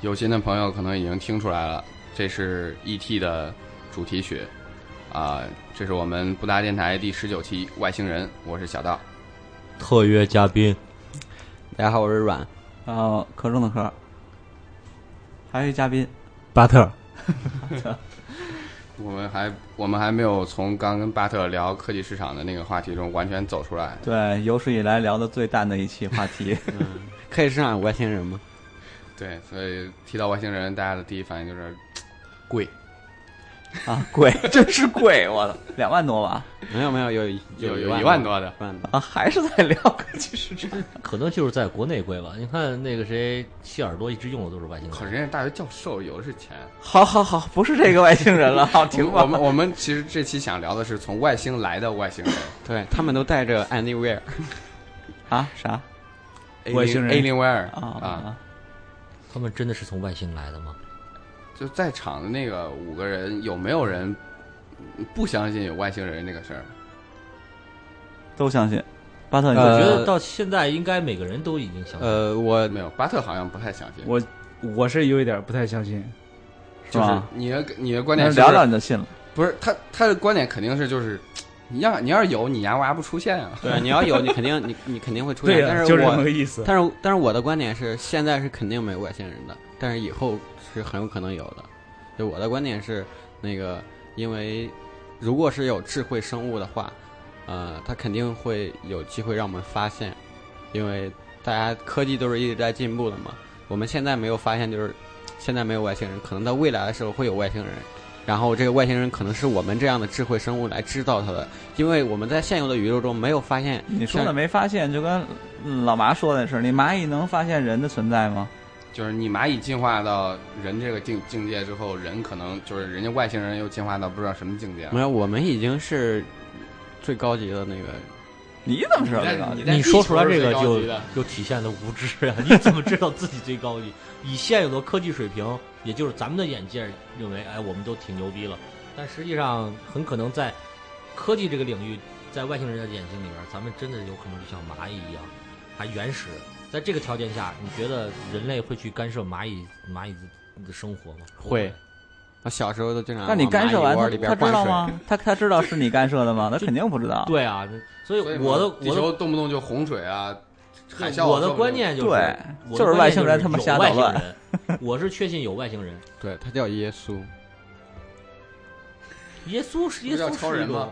有心的朋友可能已经听出来了，这是 E.T. 的主题曲，啊、这是我们布达电台第十九期《外星人》，我是小道。特约嘉宾，大家好，我是阮。然后壳中的壳，还有一嘉宾，巴特，我们还我们还没有从刚跟巴特聊科技市场的那个话题中完全走出来，对，有史以来聊的最淡的一期话 题。可以市场有外星人吗？对，所以提到外星人，大家的第一反应就是贵，啊，贵，真是贵，我操！ 两万多吧？没有没有，有有有一万，多的一万多。啊，还是在聊科技市场。可能就是在国内贵吧。你看那个谁，希尔多一直用的都是外星可人。人家大学教授有的是钱。好好好，不是这个外星人了，好听我吧？们我们其实这期想聊的是从外星来的外 星人，对他们都带着 anywhere，啊，啥 A 外星人 A 零 r 啊啊，啊？他们真的是从外星来的吗？就在场的那个五个人，有没有人不相信有外星人这个事儿？都相信。巴特，你我呃觉得到现在应该每个人都已经相信。呃，我没有，巴特好像不太相信。我我是有一点不太相信，是就是吧？你的你的观那点是聊不聊是你就信了。不是他他的观点肯定是就是，你要你要是有你呀，为啥不出现啊？对你要有，你肯定你你肯定会出对现，呀啊但，是就是这么我个意思。但是但是我的观点是，现在是肯定没有外星人的，但是以后是很有可能有的。就我的观点是，那个因为如果是有智慧生物的话，呃，它肯定会有机会让我们发现，因为大家科技都是一直在进步的嘛。我们现在没有发现，就是现在没有外星人，可能到未来的时候会有外星人。然后这个外星人可能是我们这样的智慧生物来制造它的，因为我们在现有的宇宙中没有发现你说像的没发现，就跟老麻说的是，你蚂蚁能发现人的存在吗？就是你蚂蚁进化到人这个境境界之后，人可能就是人家外星人又进化到不知道什么境界没了。有，我们已经是最高级的那个。你怎么知道你在这个？你在你说出来这个地球就最高是级的就体现了无知啊！你怎么知道自己最高级？以现有的科技水平，也就是咱们的眼界认为，哎，我们都挺牛逼了。但实际上，很可能在科技这个领域，在外星人的眼睛里边，咱们真的有可能就像蚂蚁一样，还原始。在这个条件下，你觉得人类会去干涉蚂蚁蚂蚁的生活吗？会我小时候都经常那你往干蚂蚁涉完窝他，里他边知灌道水，吗？他他知道是你干涉的吗？他肯定不知道。对啊，所以所以我的嘛地我的球动不动就洪水啊，海啸啊。我动的不动观念就是，对就我的是观念外星人就他妈有瞎捣外星乱人我是确信有外星人，对他叫耶稣，耶稣是耶不叫稣超是一人个吗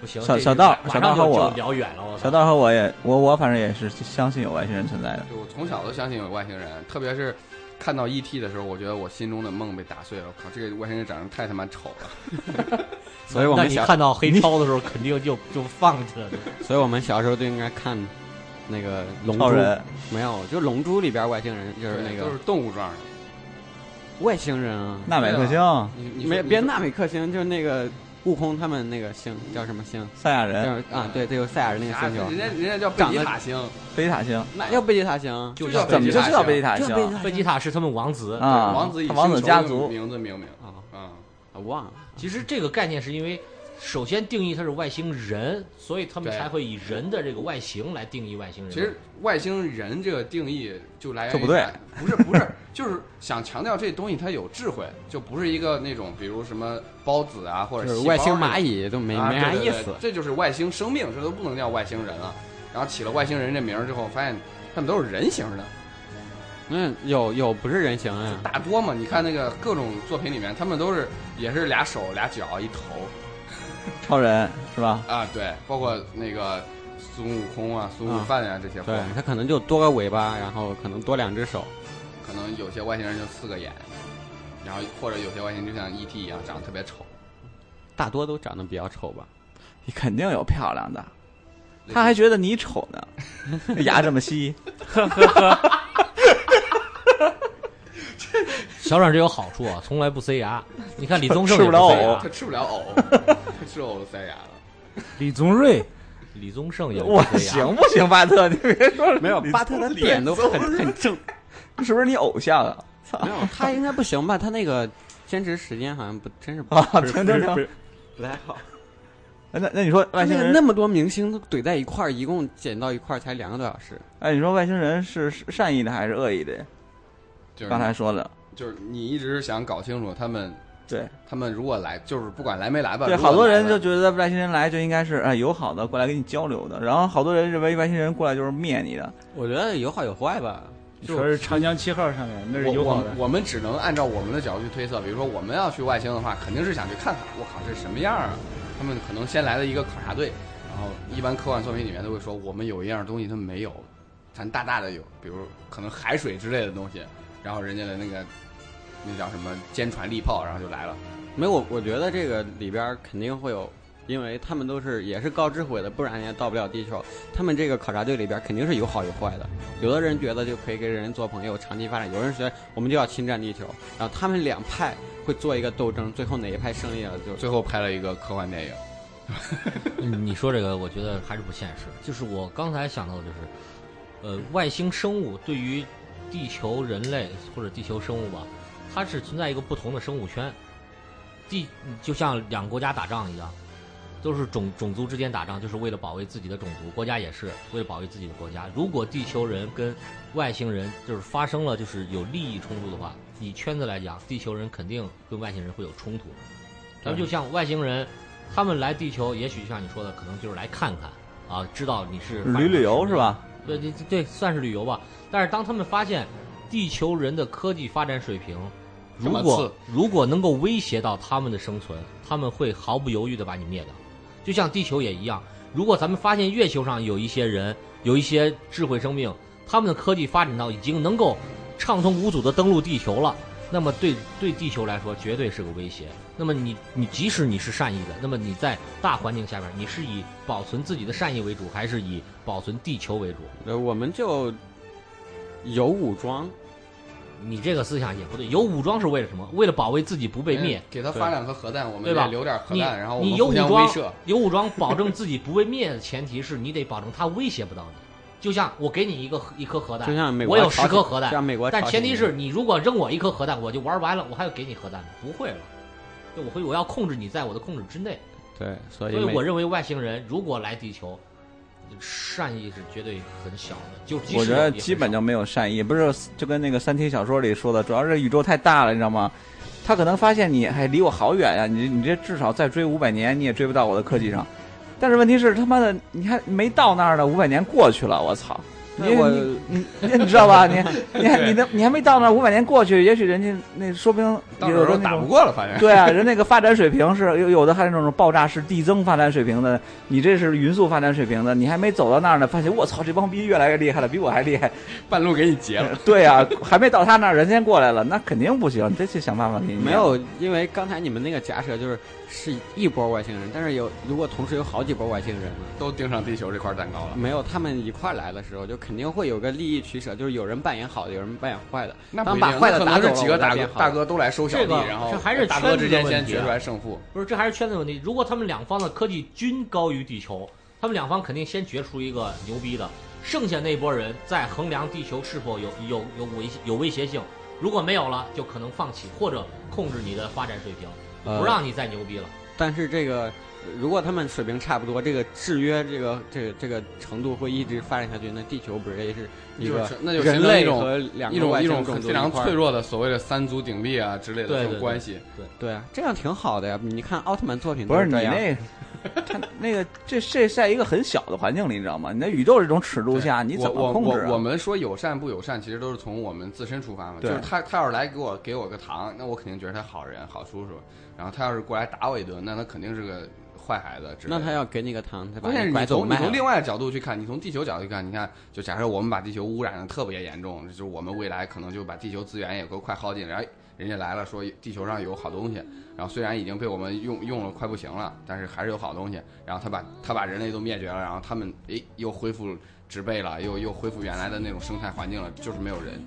不行，小这小道马小上道就和我就聊远了，我操小道和我也，我我反正也是相信有外星人存在的。对我从小都相信有外星人，特别是看到 E.T. 的时候，我觉得我心中的梦被打碎了。我靠，这个外星人长得太他妈丑了。所以我那们你小，看到黑超的时候，肯定就就放弃了。所以我们小时候就应该看那个龙珠超，人，没有，就龙珠里边外星人就是对那都个是动物状的。外星人啊，纳美克星、你你没说别你说纳美克星，就是那个悟空他们那个星叫什么星？赛亚就人、是啊，对，对，有赛亚人那个哎啥星球人，家人家叫贝长吉得塔星，贝塔星，那叫贝吉塔星，就叫叫贝怎么吉就塔叫星贝吉塔就星？贝吉塔贝吉塔是他们王子啊，王子以他王子星球家的族名字命名啊，啊。我忘了，其实这个概念是因为，首先定义他是外星人，所以他们对才会以人的这个外形来定义外星人。其实外星人这个定义就来源于就不对，不是不是，就是想强调这东西它有智慧，就不是一个那种比如什么孢子啊或就者是细胞外那星种蚂蚁都没啊没啥对对意对思，这就是外星生命，这都不能叫外星人了。然后起了外星人这名儿之后，发现他们都是人形的，嗯，有有不是人形啊，大多嘛。你看那个各种作品里面，他们都是也是俩手俩脚一头超人是吧？啊，对，包括那个孙悟空啊、孙悟饭啊这些货对，它可能就多个尾巴，然后可能多两只手。可能有些外星人就四个眼，然后或者有些外星人就像 ET 一样长得特别丑。大多都长得比较丑吧？你肯定有漂亮的，他还觉得你丑 呢，牙这么稀，小软这有好处啊，从来不塞牙。你看李宗盛吃不了也塞牙他吃不了 藕，他吃藕塞牙了。李宗瑞，李宗盛也不我塞牙行不行？巴特，你别说没有，巴特的脸都很很正。是不是你偶像啊？操没有，他应该不行吧？他那个坚持时间好像不真哦是不啊！不是停不停是不停！是不太好。哎那那你说他外那星个人那？么多明星都怼在一块儿，一共剪到一块儿才两个多小时。哎，你说外星人是是善意的还是恶意的呀？就是刚才说的，就是你一直想搞清楚他们对他们如果来，就是不管来没来吧，对，如果好多人来就了觉得外星人来就应该是哎友好的过来跟你交流的，然后好多人认为外星人过来就是灭你的，我觉得有好有坏吧。就说是长江七号上面那是友我好我的，我们只能按照我们的角度去推测，比如说我们要去外星的话，肯定是想去看看，我靠这什么样啊？他们可能先来了一个考察队，然后一般科幻作品里面都会说我们有一样东西他们没有，咱大大的有，比如可能海水之类的东西，然后人家的那个那叫什么坚船利炮，然后就来了。没有，我我觉得这个里边儿肯定会有，因为他们都是也是高智慧的，不然也到不了地球。他们这个考察队里边儿肯定是有好有坏的，有的人觉得就可以跟人做朋友，长期发展；有人觉得我们就要侵占地球。然后他们两派会做一个斗争，最后哪一派胜利了就最后拍了一个科幻电影，嗯你说这个，我觉得还是不现实。就是我刚才想到的就是，呃，外星生物对于地球人类或者地球生物吧，它是存在一个不同的生物圈。地就像两个国家打仗一样，都是种种族之间打仗，就是为了保卫自己的种族；国家也是为了保卫自己的国家。如果地球人跟外星人就是发生了就是有利益冲突的话，以圈子来讲，地球人肯定跟外星人会有冲突。咱们就像外星人，他们来地球，也许就像你说的，可能就是来看看啊，知道你是旅旅游是？吧？对对对对，算是旅游吧。但是当他们发现地球人的科技发展水平，这如么果如果能够威胁到他们的生存，他们会毫不犹豫的把你灭掉。就像地球也一样，如果咱们发现月球上有一些人，有一些智慧生命，他们的科技发展到已经能够畅通无阻的登陆地球了。那么对对地球来说绝对是个威胁。那么你你即使你是善意的，那么你在大环境下面，你是以保存自己的善意为主，还是以保存地球为主？呃我们就有武装，你这个思想也不对。有武装是为了什么？为了保卫自己不被嗯灭。给他发两颗核弹，我们对吧也留点核你弹，然后我们你有互武相威装慑。，有武装保证自己不被灭的前提是你得保证它威胁不到你。就像我给你一个核一颗核弹，就像美国我有朝十颗鲜核弹，像美国朝鲜但一样，前提是你如果扔我一颗核弹，我就玩完了，我还要给你核弹吗？不会了，就我会我要控制你在我的控制之内。对，所以所以美我认为外星人如果来地球，善意是绝对很小的，就即使我觉得有也很基本少就没有善意，不是就跟那个《三体》小说里说的，主要是宇宙太大了，你知道吗？他可能发现你还离我好远呀、你你这至少再追五百年，你也追不到我的科技上。但是问题是他妈的，你还没到那儿呢，五百年过去了，我操！你那我你你你知道吧？ 你你还你的你还没到那儿，五百年过去，也许人家那说不定到时有候的那打不种。过了，反 正。对啊，人那个发展水平是有有的还是那种爆炸式递增发展水平的，你这是匀速发展水平的，你还没走到那儿呢，发现我操，这帮逼越来越厉害了，比我还 厉害。半路给你截了。对啊，还没到他那儿，人先过来了，那肯定不行，你得去想办法给你。没，有，因为刚才你们那个假设就是是一波外星人，但是有如果同时有好几波外星人，都盯上地球这块蛋糕了，没有他们一块儿来的时候，就肯定会有个利益取舍，就是有人扮演好的，有人扮演坏的。那当不一把定坏的那可打能走是了，几个我再大哥变好大哥都来收小这弟个，然后这还是大哥之间先圈子的问题啊决出来胜负。不是，这还是圈子问题。如果他们两方的科技均高于地球，他们两方肯定先决出一个牛逼的，剩下那波人再衡量地球是否有有有威有威胁性。如果没有了，就可能放弃或者控制你的发展水平，呃不让你再牛逼了。但是这个呃如果他们水平差不多，这个制约这个这个这个程度会一直发展下去，那地球不是也是一就个是那就形人成一类种和两一个种外一星种种族非常一块儿脆弱的所谓的三足鼎立啊之类对的这对种关系，对啊，这样挺好的呀。你看奥特曼作品不是都你这样那，他那个这这在一个很小的环境里，你知道吗？你在宇宙这种尺度下，你我怎么我控制、我我啊？们说友善不友善，其实都是从我们自身出发嘛。就对是他他要是来给我给我个糖，那我肯定觉得他好人好叔叔。然后他要是过来打我一顿，那他肯定是个坏孩子之类的。那他要给你个糖，他把关键是拐你走从你卖从了另外的角度去看，你从地球角度去看，你看，就假设我们把地球污染的特别严重，就是我们未来可能就把地球资源也都快耗尽了。然后人家来了说地球上有好东西，然后虽然已经被我们用用了快不行了，但是还是有好东西。然后他把他把人类都灭绝了，然后他们诶又恢复植被了，又又恢复原来的那种生态环境了，就是没有人。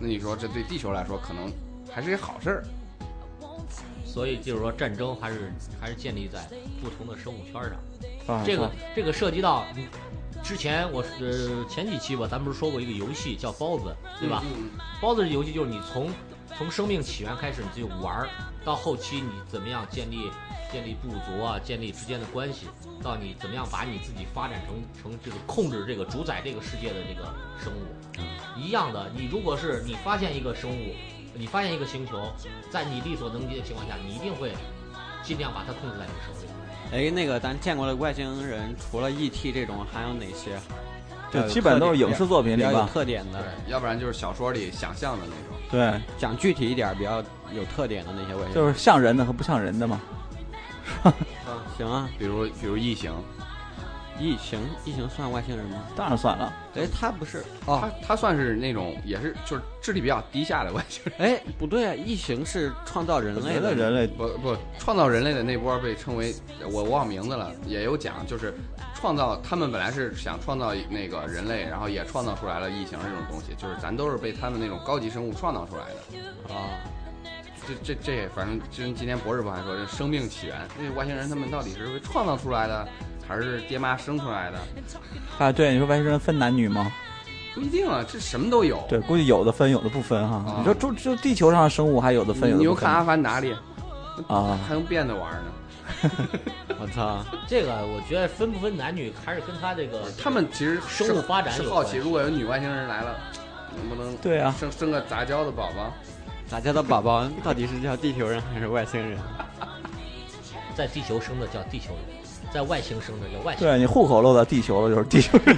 那你说这对地球来说可能还是一好事儿？所以就是说，战争还是还是建立在不同的生物圈上。啊这个这个涉及到嗯之前我呃前几期吧，咱们不是说过一个游戏叫包子，对吧？包子游戏就是你从从生命起源开始你就玩儿，到后期你怎么样建立建立部族啊，建立之间的关系，到你怎么样把你自己发展成成这个控制这个主宰这个世界的这个生嗯物，一样的。你如果是你发现一个生物，你发现一个星球，在你力所能及的情况下，你一定会尽量把它控制在你手里。哎，那个咱见过的外星人，除了 E.T. 这种，还有哪些就基本都是影视作品比里较有吧。特点对的？，要不然就是小说里想象的那种。对，讲具体一点，比较有特点的那些外星人。就是像人的和不像人的嘛。行啊，比如比如异形，异形，异形算外星人吗？当然算了，哎，他不是哦它，它算是那种也是就是智力比较低下的外星人，哎，不对啊，异形是创造人我类觉的得人类不不，创造人类的那波被称为我忘名字了，也有讲就是创造他们本来是想创造那个人类，然后也创造出来了异形这种东西，就是咱都是被他们那种高级生物创造出来的。啊。这这这，反正就是今天博士不还说这生命起源，这外星人他们到底是被创造出来的，还是爹妈生出来的？啊，对你说外星人分男女吗？不一定啊，这什么都有。对，估计有的分，有的不分哈。啊你说就就地球上的生物还有的分，有你的又不看《分阿凡达》里，啊。还能变着玩儿呢。我操！这个我觉得分不分男女还是跟他这个他们其实是生物发展是有好关奇，系如果有女外星人来了，能不能对啊，生生个杂交的宝宝？咱家的宝宝到底是叫地球人还是外星人？在地球生的叫地球人，在外星生的叫外星人。对你户口落到地球了，就是地球人。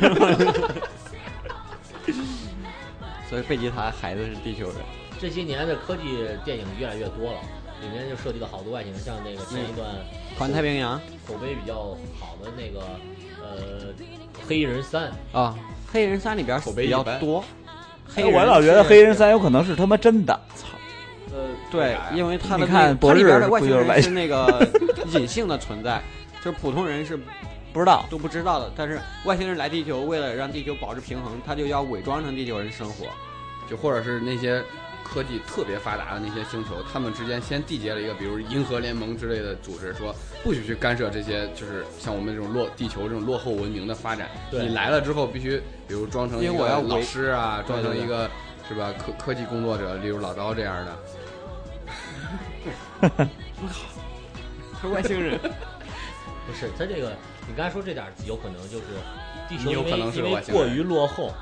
所以贝吉塔孩子是地球人。这些年的科技电影越来越多了，里面就涉及到好多外星人，像那个前一嗯段环太平洋啊、口碑比较好的那个呃《黑衣人三》，哦黑人三里边口碑比一较般多。黑人哎我老觉得是黑人三有可能是他妈真的。呃，对，因为他的你看那个博它里日边的外不星就是人外是那个 隐性的存在，就是普通人是不知道，都不知道的。但是外星人来地球，为了让地球保持平衡，他就要伪装成地球人生活。 就或者是那些科技特别发达的那些星球，他们之间先缔结了一个，比如银河联盟之类的组织，说不许去干涉这些，就是像我们这种落地球这种落后文明的发展。对你来了之后，必须比如装成一因为我个要老维师啊，装对对成一对个是吧科科技工作者，例如老高这样的。是外星人，不是他这个，你刚才说这点儿有可能就是地球有因可能为是因外为星人过于落后，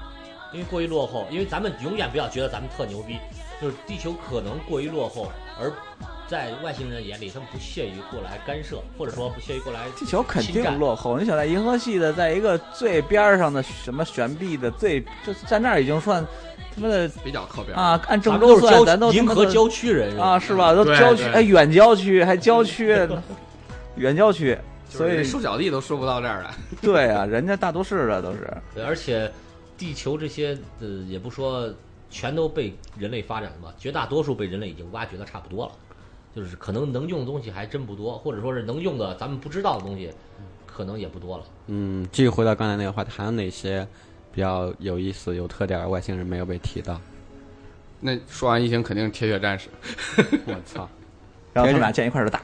因为过于落后，因为咱们永远不要觉得咱们特牛逼，就是地球可能过于落后，而在外星人眼里，他们不屑于过来干涉，或者说不屑于过来地球肯侵定占落后。你想在银河系的，在一个最边儿上的什么悬臂的最，就是在那儿已经算他妈的比较靠边儿啊，按郑咱们州都是算，郊咱都他银妈河的郊区人是吧啊，是吧？都对郊区，对哎，远郊区还郊区，远郊区。就所是以收小弟都收不到这儿来。对啊，人家大都市的都是对，而且地球这些呃，也不说全都被人类发展了吧，绝大多数被人类已经挖掘的差不多了，就是可能能用的东西还真不多，或者说是能用的咱们不知道的东西，可能也不多了。嗯，继续回到刚才那个话题，还有哪些比较有意思、有特点的外星人没有被提到？那说完异形，肯定是铁血战士。 我操！然后他们俩见一块儿就打。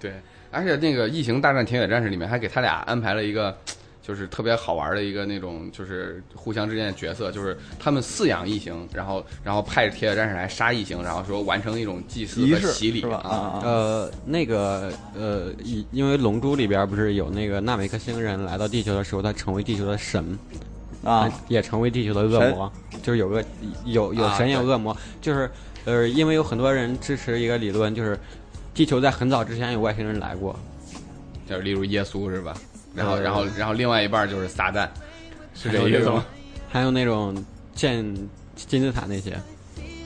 对，而且那个《异形大战铁血战士》里面还给他俩安排了一个，就是特别好玩的一个那种，就是互相之间的角色，就是他们饲养异形，然后然后派着铁血战士来杀异形，然后说完成一种祭祀仪和式洗礼是吧？啊。啊啊！呃，那个呃，因因为《龙珠》里边不是有那个纳美克星人来到地球的时候，他成为地球的神哎啊，也成为地球的恶魔，就是有个有有啊神也有对恶魔，就是呃，因为有很多人支持一个理论，就是地球在很早之前有外星人来过，就是例如耶稣是吧？然后嗯然后然后另外一半就是撒旦，是还哎这有意这思种吗？还有那种建金字塔那些，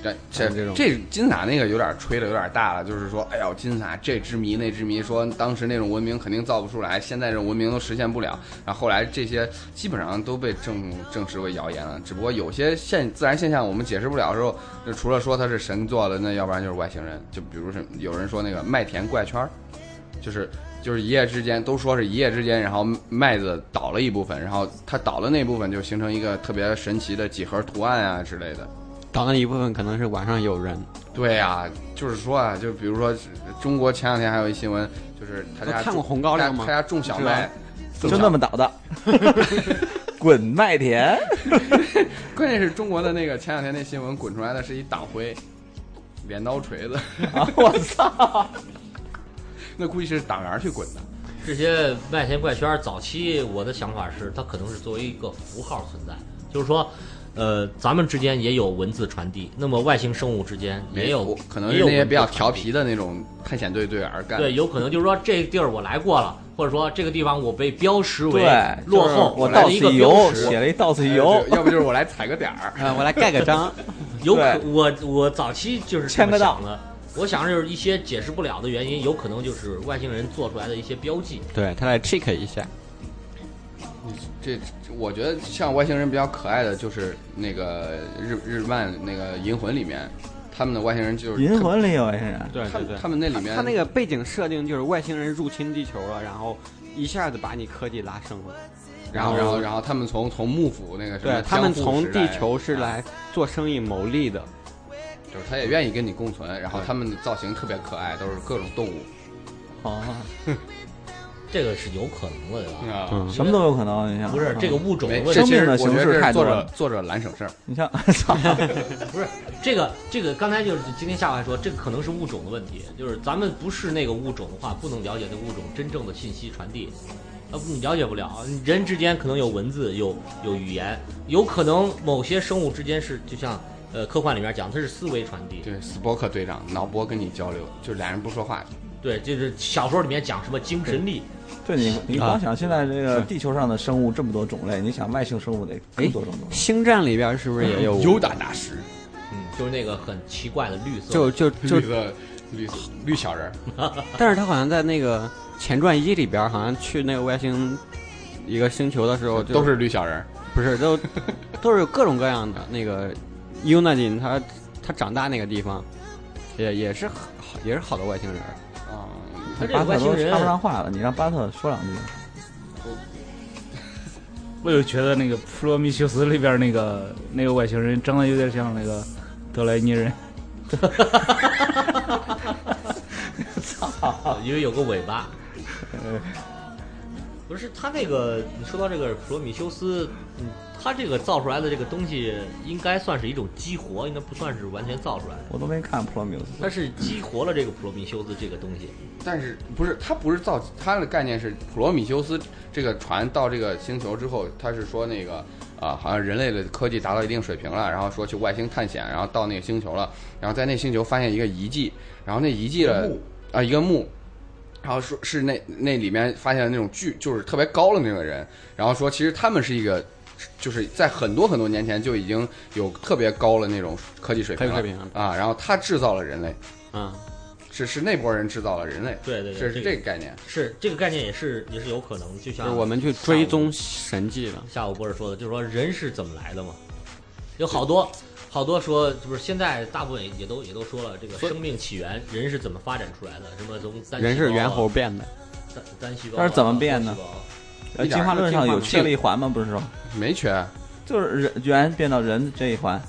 对，还有这这种这金字塔那个有点吹的有点大了，就是说，哎呦，金字塔这之谜那之谜，说当时那种文明肯定造不出来，现在这种文明都实现不了。然后后来这些基本上都被证证实为谣言了，只不过有些现自然现象我们解释不了的时候，就除了说它是神做的，那要不然就是外星人。就比如是有人说那个麦田怪圈儿，就是就是一夜之间都说是一夜之间，然后麦子倒了一部分，然后它倒的那部分就形成一个特别神奇的几何图案啊之类的。当然一部分可能是晚上有人，对呀、就是说啊，就比如说中国前两天还有一新闻，就是他都家看过种红高粱他吗，他？家种小麦，种就小那么倒 的，滚麦田！关键是中国的那个前两天那新闻滚出来的是一党徽，镰刀锤子，啊！我操！ 那估计是党员去滚的。这些麦田怪圈儿早期我的想法是，它可能是作为一个符号存在，就是说，呃，咱们之间也有文字传递，那么外星生物之间也有我，可能也是有那些文字比较传递调皮的那种探险队队员干的哎对，。有可能就是说这地儿我来过了，或者说这个地方我被标识为对，落后，我来到了一个此一标游，识。写了一到此哎一游就，要不就是我来踩个点儿啊，我来盖个章，有可对我我早期就是这签么个想的，我想就是一些解释不了的原因，有可能就是外星人做出来的一些标记。 对他来 check 一下，这这我觉得像外星人比较可爱的就是那个日日漫那个《银魂》里面，他们的外星人就是银魂里有哎外星人，对他对们，对他，他们那里面他那个背景设定就是外星人入侵地球了，然后一下子把你科技拉升了，然后，然后，然后他们从从幕府那个什么对他们江户从时代啊地球是，来做生意牟利的，就是他也愿意跟你共存。然后对他们的造型特别可爱，都是各种动物哦，这个是有可能的，对吧？啊嗯什么都有可能。你想，不是这个啊，物种的没，问这题，其实我生觉命得的形式这是太作多者了作者懒省事儿。 你像， 操，不是这个这个，刚才就是今天下午还说，这个可能是物种的问题，就是咱们不是那个物种的话，不能了解那个物种真正的信息传递，啊，你了解不了。人之间可能有文字，有有语言，有可能某些生物之间是就像呃科幻里面讲，它是思维传递，对，斯波克队长脑波跟你交流，就俩人不说话，对，就是小说里面讲什么精神力，对你，你啊光想现在这个地球上的生物这么多种类，你想外星生物得哎更多种种。星战里边是不是也有？尤达大师，嗯，就是那个很奇怪的绿色，就就就绿，色绿色绿小人儿，但是他好像在那个前传一里边，好像去那个外星一个星球的时候，哦就都是绿小人儿。不是都都是有各种各样的那个 Unity，他他长大那个地方也也是好也是好多外星人，啊，他这巴个特外都星插不上人，话了，你让巴特说两句。我就觉得那个《普罗米修斯》里边那个那个外星人长得有点像那个德莱尼人，因为有个尾巴。不是他那个，你说到这个普罗米修斯，嗯，他这个造出来的这个东西应该算是一种激活，应该不算是完全造出来的，我都没看《普罗米修斯它是激活了这个普罗米修斯这个东西。但是不是他不是造他的概念是普罗米修斯这个船到这个星球之后，他是说那个啊、好像人类的科技达到一定水平了，然后说去外星探险，然后到那个星球了，然后在那星球发现一个遗迹，然后那遗迹了啊、一个嗯墓，然后说是那那里面发现的那种巨就是特别高的那个人，然后说其实他们是一个。就是在很多很多年前就已经有特别高的那种科技水可平以了水平了啊，然后他制造了人类，嗯，是是那波人制造了人类，对对对，是这这个个概念。是这个概念也是也是有可能的，就就是像我们去追踪神迹了。下午波尔说的，就是说人是怎么来的嘛？有好多好多说，就是现在大部分也也都也都说了，这个生命起源，人是怎么发展出来的？什么从单细胞啊人是猿猴变的，单单细胞啊，但是怎么变呢多细胞啊？》呃，一点儿进化论上有进化缺了一环吗？不是说，没缺，啊就是人猿变到人这一环。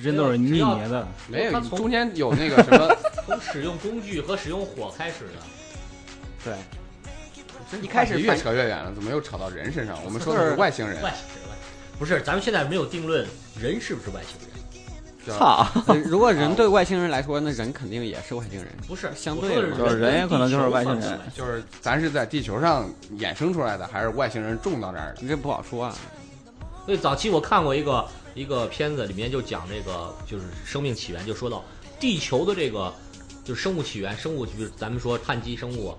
人都是只泥要捏的。没他有从中间有那个什 么，从使用工具和使用火开始的，对，真一开始话题越反扯越远了，怎么又扯到人身上？我们说的是外星人，外星人，外不是，咱们现在没有定论，人是不是外星人？对吧 操， 如果人对外星人来说，那人肯定也是外星人。不是，相我对说的嘛是就是人也可能就是外星人地球范围就是咱是在地球上衍生出来的，还是外星人种到这儿的？你这不好说啊，对，早期我看过一个一个片子，里面就讲这个就是生命起源，就说到地球的这个就是生物起源，生物就是咱们说碳基生物，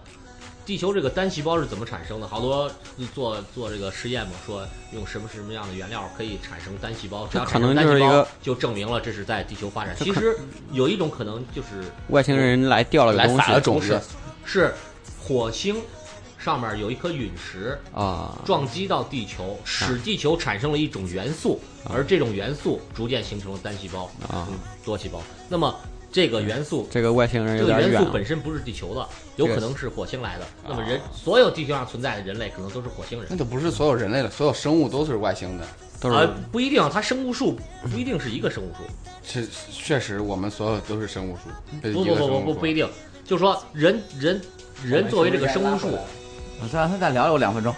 地球这个单细胞是怎么产生的？好多做做这个实验嘛，说用什么什么样的原料可以产生单细胞，只要产生单可能就是细一胞个就证明了这是在地球发展。这其可实有一种可能就是外星人来掉了个来东西撒了种子不，是火星上面有一颗陨石，啊，撞击到地球，使地球产生了一种元素，而这种元素逐渐形成了单细胞啊嗯多细胞。那么这个元素，这个外星人嗯这有个点元远素了。本身不是地球的，有可能是火星来的。那么人啊所有地球上存在的人类，可能都是火星人那。就不是所有人类了，所有生物都是外星的。嗯都啊是，不一定，它生物数不一定是一个生物数，是确实，我们所有都是生物数，这是不一不个不不生物不数不一定，就是说人人人作为这个生物数，我再让他再聊聊两分钟。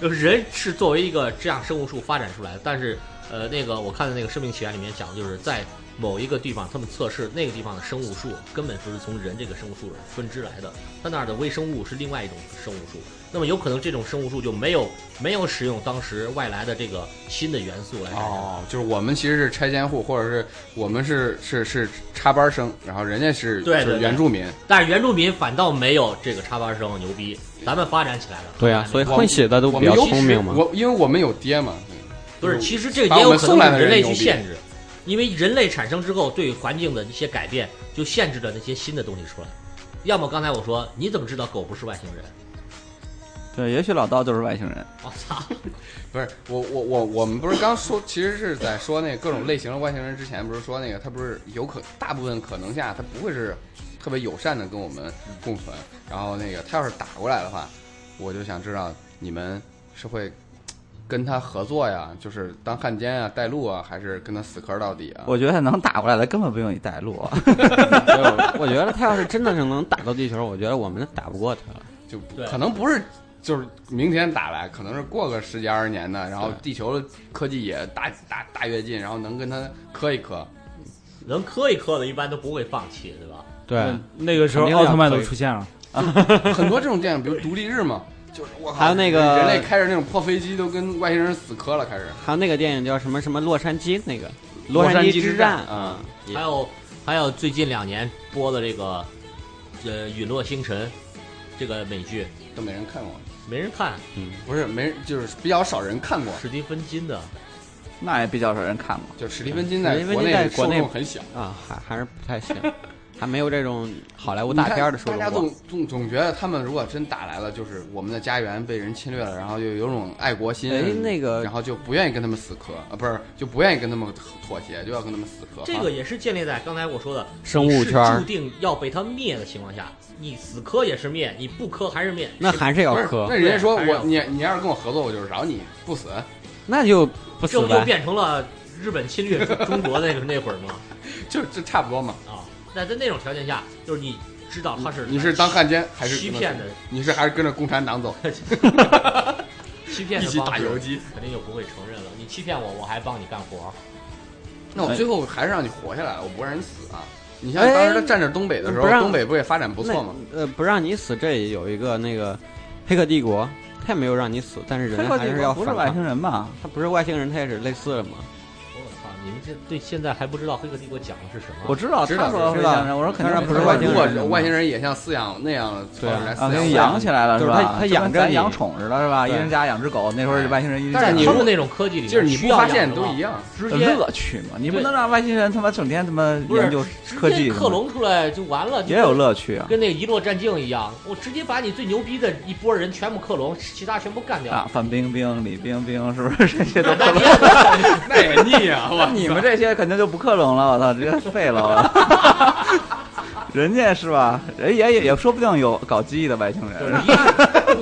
就是人是作为一个这样生物数发展出来的，但是呃，那个我看的那个《生命起源》里面讲的就是在某一个地方，他们测试那个地方的生物数根本就是从人这个生物数分支来的，它那儿的微生物是另外一种生物数，那么有可能这种生物数就没有没有使用当时外来的这个新的元素来改造。哦，就是我们其实是拆迁户，或者是我们是是是插班生，然后人家是对对是对原住民，但是原住民反倒没有这个插班生牛逼，咱们发展起来了。嗯对啊，所以混血的都我比们较有聪明嘛。我因为我们有爹嘛，不是，其实这把也我有们可送来能的是人人类牛去逼限制，因为人类产生之后对环境的一些改变，就限制了那些新的东西出来。要么刚才我说，你怎么知道狗不是外星人？对，也许老道就是外星人。我操！不是我我我我们不是刚说，其实是在说那各种类型的外星人之前，不是说那个他不是有可大部分可能下他不会是特别友善的跟我们共存，然后那个他要是打过来的话，我就想知道你们是会跟他合作呀，就是当汉奸啊、带路啊，还是跟他死磕到底啊？我觉得能打过来的根本不用你带路 啊。对我我觉得他要是真的是能打到地球，我觉得我们打不过他。就对可能不是。就是明天打来，可能是过个十几二十年的，然后地球的科技也大大大跃进，然后能跟他磕一磕。能磕一磕的，一般都不会放弃，对吧？对，嗯那个时候肯定奥要特曼推都出现了， 很多这种电影，比如《独立日》嘛，就是我靠，还有那个人类开着那种破飞机都跟外星人死磕了，开始。还有那个电影叫什么什么洛杉矶那个《洛杉杉矶之之战嗯啊，也还有还有最近两年播的这个，呃，《陨落星辰》这个美剧，都没人看过，没人看，不是没人，就是比较少人看过。史蒂芬金的，那也比较少人看过。就史蒂芬金在史蒂芬国金在内国内受众很小，啊，还还是不太行， 还没有这种好莱坞我大片儿的受大家众过总。总总觉得他们如果真打来了，就是我们的家园被人侵略了，然后就有种爱国心，哎那个然后就不愿意跟他们死磕啊，不是就不愿意跟他们妥协，就要跟他们死磕。这个也是建立在刚才我说的生物圈儿是注定要被他灭的情况下，你死磕也是灭，你不磕还是灭。那还是要不是磕那，人家说对还是我要你你要是跟我合作，我就饶你不死。 那就不这死不就呗。变成了日本侵略中国那个那会儿吗？就就差不多嘛。啊，那在那种条件下，就是你知道他是你是当汉奸还是欺跟着骗的？你是还是跟着共产党走，欺骗一的起方打式游击？肯定就不会承认了。你欺骗我，我还帮你干活。那我最后还是让你活下来，我不让你死啊！你像当时他占着东北的时候，哎不让东北不也发展不错吗？那呃，不让你死，这也有一个那个《黑客帝国》，他也没有让你死，但是人黑客还帝是国要不是反外抗。星人吧？他不是外星人，他也是类似的嘛。我操！你们这对现在还不知道《黑客帝国》讲的是什么？我知道，知道他说知外道星人，我说肯当定然不是外外如星星果人是外星人也像饲养那样对啊来啊，饲给养养起来了就是吧？他他养就跟咱着你养宠似的是吧？一对人家养只狗，那时候是外星人一人但是家你他养们如那种科技里面就是你不需要发现养的都话一，样。直接乐趣嘛，你不对能让外星人他妈整天他妈不是研究科直技接的嘛，克隆出来就完了，就也有乐趣啊。跟那个遗落战境一样，我直接把你最牛逼的一波人全部克隆，其他全部干掉。啊，范冰冰、李冰冰，是不是这些都克隆？那也腻啊！我你们这些肯定就不克隆 了，我操，直接废了。我操人家是吧？人也也也说不定有搞记忆的外星就人是。一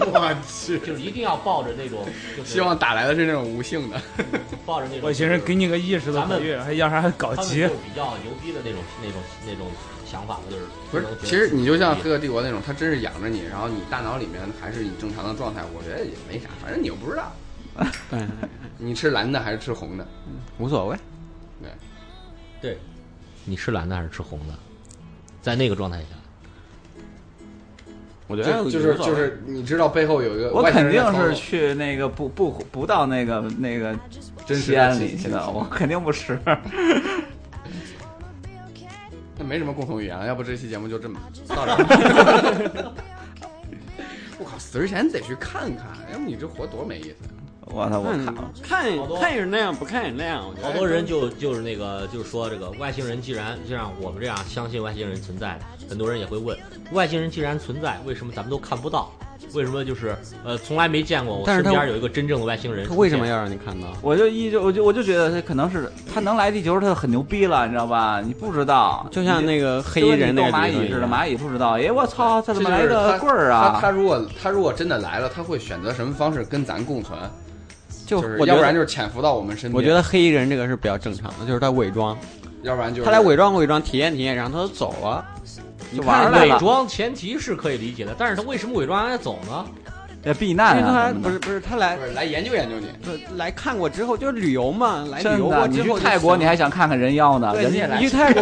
定要我去，就是一定要抱着那种，就 是希望打来的是那种无性的。抱着那种外星人给你个意识都咱们不越，还要啥搞他们基就？比较牛逼的那种那种那种想法吧，就是不是能，觉得其实你就像《自己黑客帝国》那种，他真是养着你，然后你大脑里面还是你正常的状态，我觉得也没啥，反正你又不知道对，你吃蓝的还是吃红的。无所谓。对，你吃蓝的还是吃红的，在那个状态下，我觉得就就是无所就谓是，你知道背后有一个我外星肯人在定操纵，是去那个不不不到那个那个真实西的安信里息去的，我肯定不吃。那没什么共同语言了，要不这期节目就这么到这儿。 我靠，死之前得去看看，要不你这活多没意思。我操，我看嗯看好多看也是那样，不看也是那样。我觉好得多人就就是那个就是说这个外星人既然就像我们这样相信外星人存在，很多人也会问，外星人既然存在，为什么咱们都看不到？为什么就是呃从来没见过？我但是身他边有一个真正的外星人出他现，为什么要让你看到？我就一就我就我就觉得他可能是他能来地球，他很牛逼了，你知道吧？你不知道，就像那个黑衣就跟人你那个斗蚂地方蚁一似的，样蚂蚁不知道，哎，我操，他这怎么就来是他个棍儿他他啊？如果他如果真的来了，他会选择什么方式跟咱共存？就就是我觉要不得然就是潜伏到我们身边，我觉得黑衣人这个是比较正常的，就是他伪装，要不然就是他来伪装伪装，体验体验，然后他就走了。就你玩看儿来伪了装前提是可以理解的，但是他为什么伪装还要走呢？要避因难为啊他什么不的。是不是他来不是来研究研究你。不是来看过之后就是旅游嘛，来旅真游的，过你之后哎去就泰国行你还想看看人妖呢，对人你家来你去泰国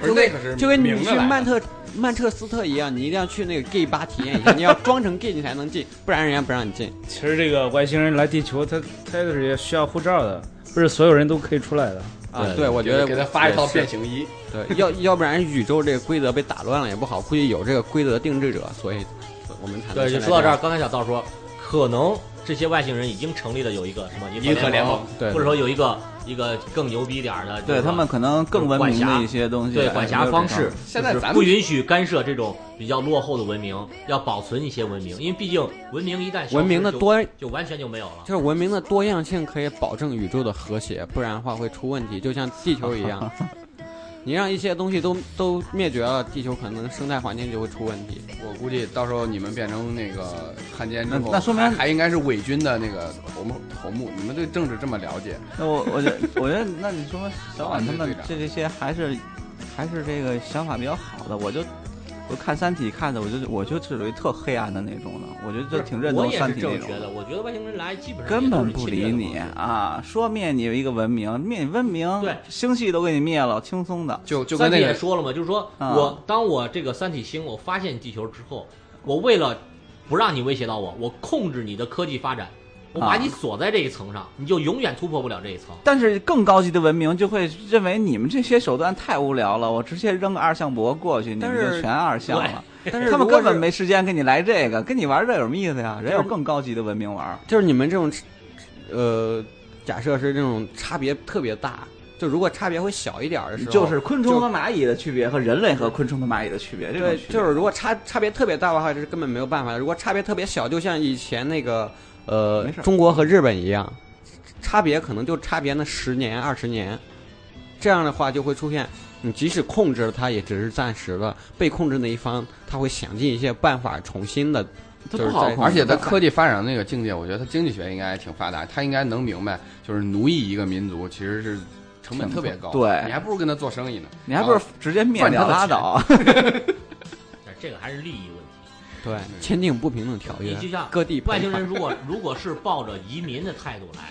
不是那可是就跟你明着去来的曼特曼彻斯特一样，你一定要去那个 gay 吧体验一下，你要装成 gay 你才能进，不然人家不让你进。其实这个外星人来地球，他他是也需要护照的，不是所有人都可以出来的。啊，对对，我觉给他得给他发一套对变形衣，对，要要不然宇宙这个规则被打乱了也不好，估计有这个规则定制者，所以我们才能对，就现在说到这儿，样，刚才小道说，可能这些外星人已经成立了有一个什么银河联盟盟，，对或者说有一个一个更牛逼点儿的，就是对说他们可能更文明管的辖一些东西，哎对管辖方式，现在就是咱们不允许干涉这种比较落后的文明，要保存一些文明，因为毕竟文明一旦消失文明的就多就完全就没有了。就是文明的多样性可以保证宇宙的和谐，不然的话会出问题，就像地球一 样。你让一些东西都都灭绝了，地球可能生态环境就会出问题。我估计到时候你们变成那个汉奸之那后，那说明还还应该是伪军的那个头目头目。你们对政治这么了解，那我我觉得我觉得那你说小婉他们对对这这些还是还是这个想法比较好的，我就我看《三体》看的，我就我就属于特黑暗的那种的，我觉得就挺认我同《也三是体》这那么种觉得，我觉得外星人来基本上根本也就是不侵略理的你方式啊！说灭你一个文明，灭你文明，对星系都给你灭了，轻松的。就就三跟体那也个说了嘛，就是说啊我当我这个三体星我发现地球之后，我为了不让你威胁到我，我控制你的科技发展，我把啊你锁在这一层上，你就永远突破不了这一层。但是更高级的文明就会认为你们这些手段太无聊了，我直接扔个二向箔过去，你但们是就全二向了。但是他们如果根本是没时间跟你来这个，跟你玩这有什么意思呀？人有就是更高级的文明玩儿。就是你们这种，呃，假设是这种差别特别大，就如果差别会小一点儿的时候，就是昆虫和蚂蚁的区别和人类和昆虫和蚂蚁的区别，这对种区，别就是如果差差别特别大的话，这是根本没有办法的。如果差别特别小，就像以前那个呃没事儿中国和日本一样，差别可能就差别那十年二十年，这样的话就会出现，你即使控制了它，也只是暂时的，被控制那一方他会想尽一些办法重新的，它就是不好在控而制且在它科技发展的那个境界，我觉得他经济学应该还挺发达，他应该能明白，就是奴役一个民族其实是成本特别高，成本对你还不如跟他做生意呢。你还不是直接灭赚他掉的拉倒？但这个还是利益问题。对签订不平等哎条约你就像，各地赔外星款 人如果 如果是抱着移民的态度来，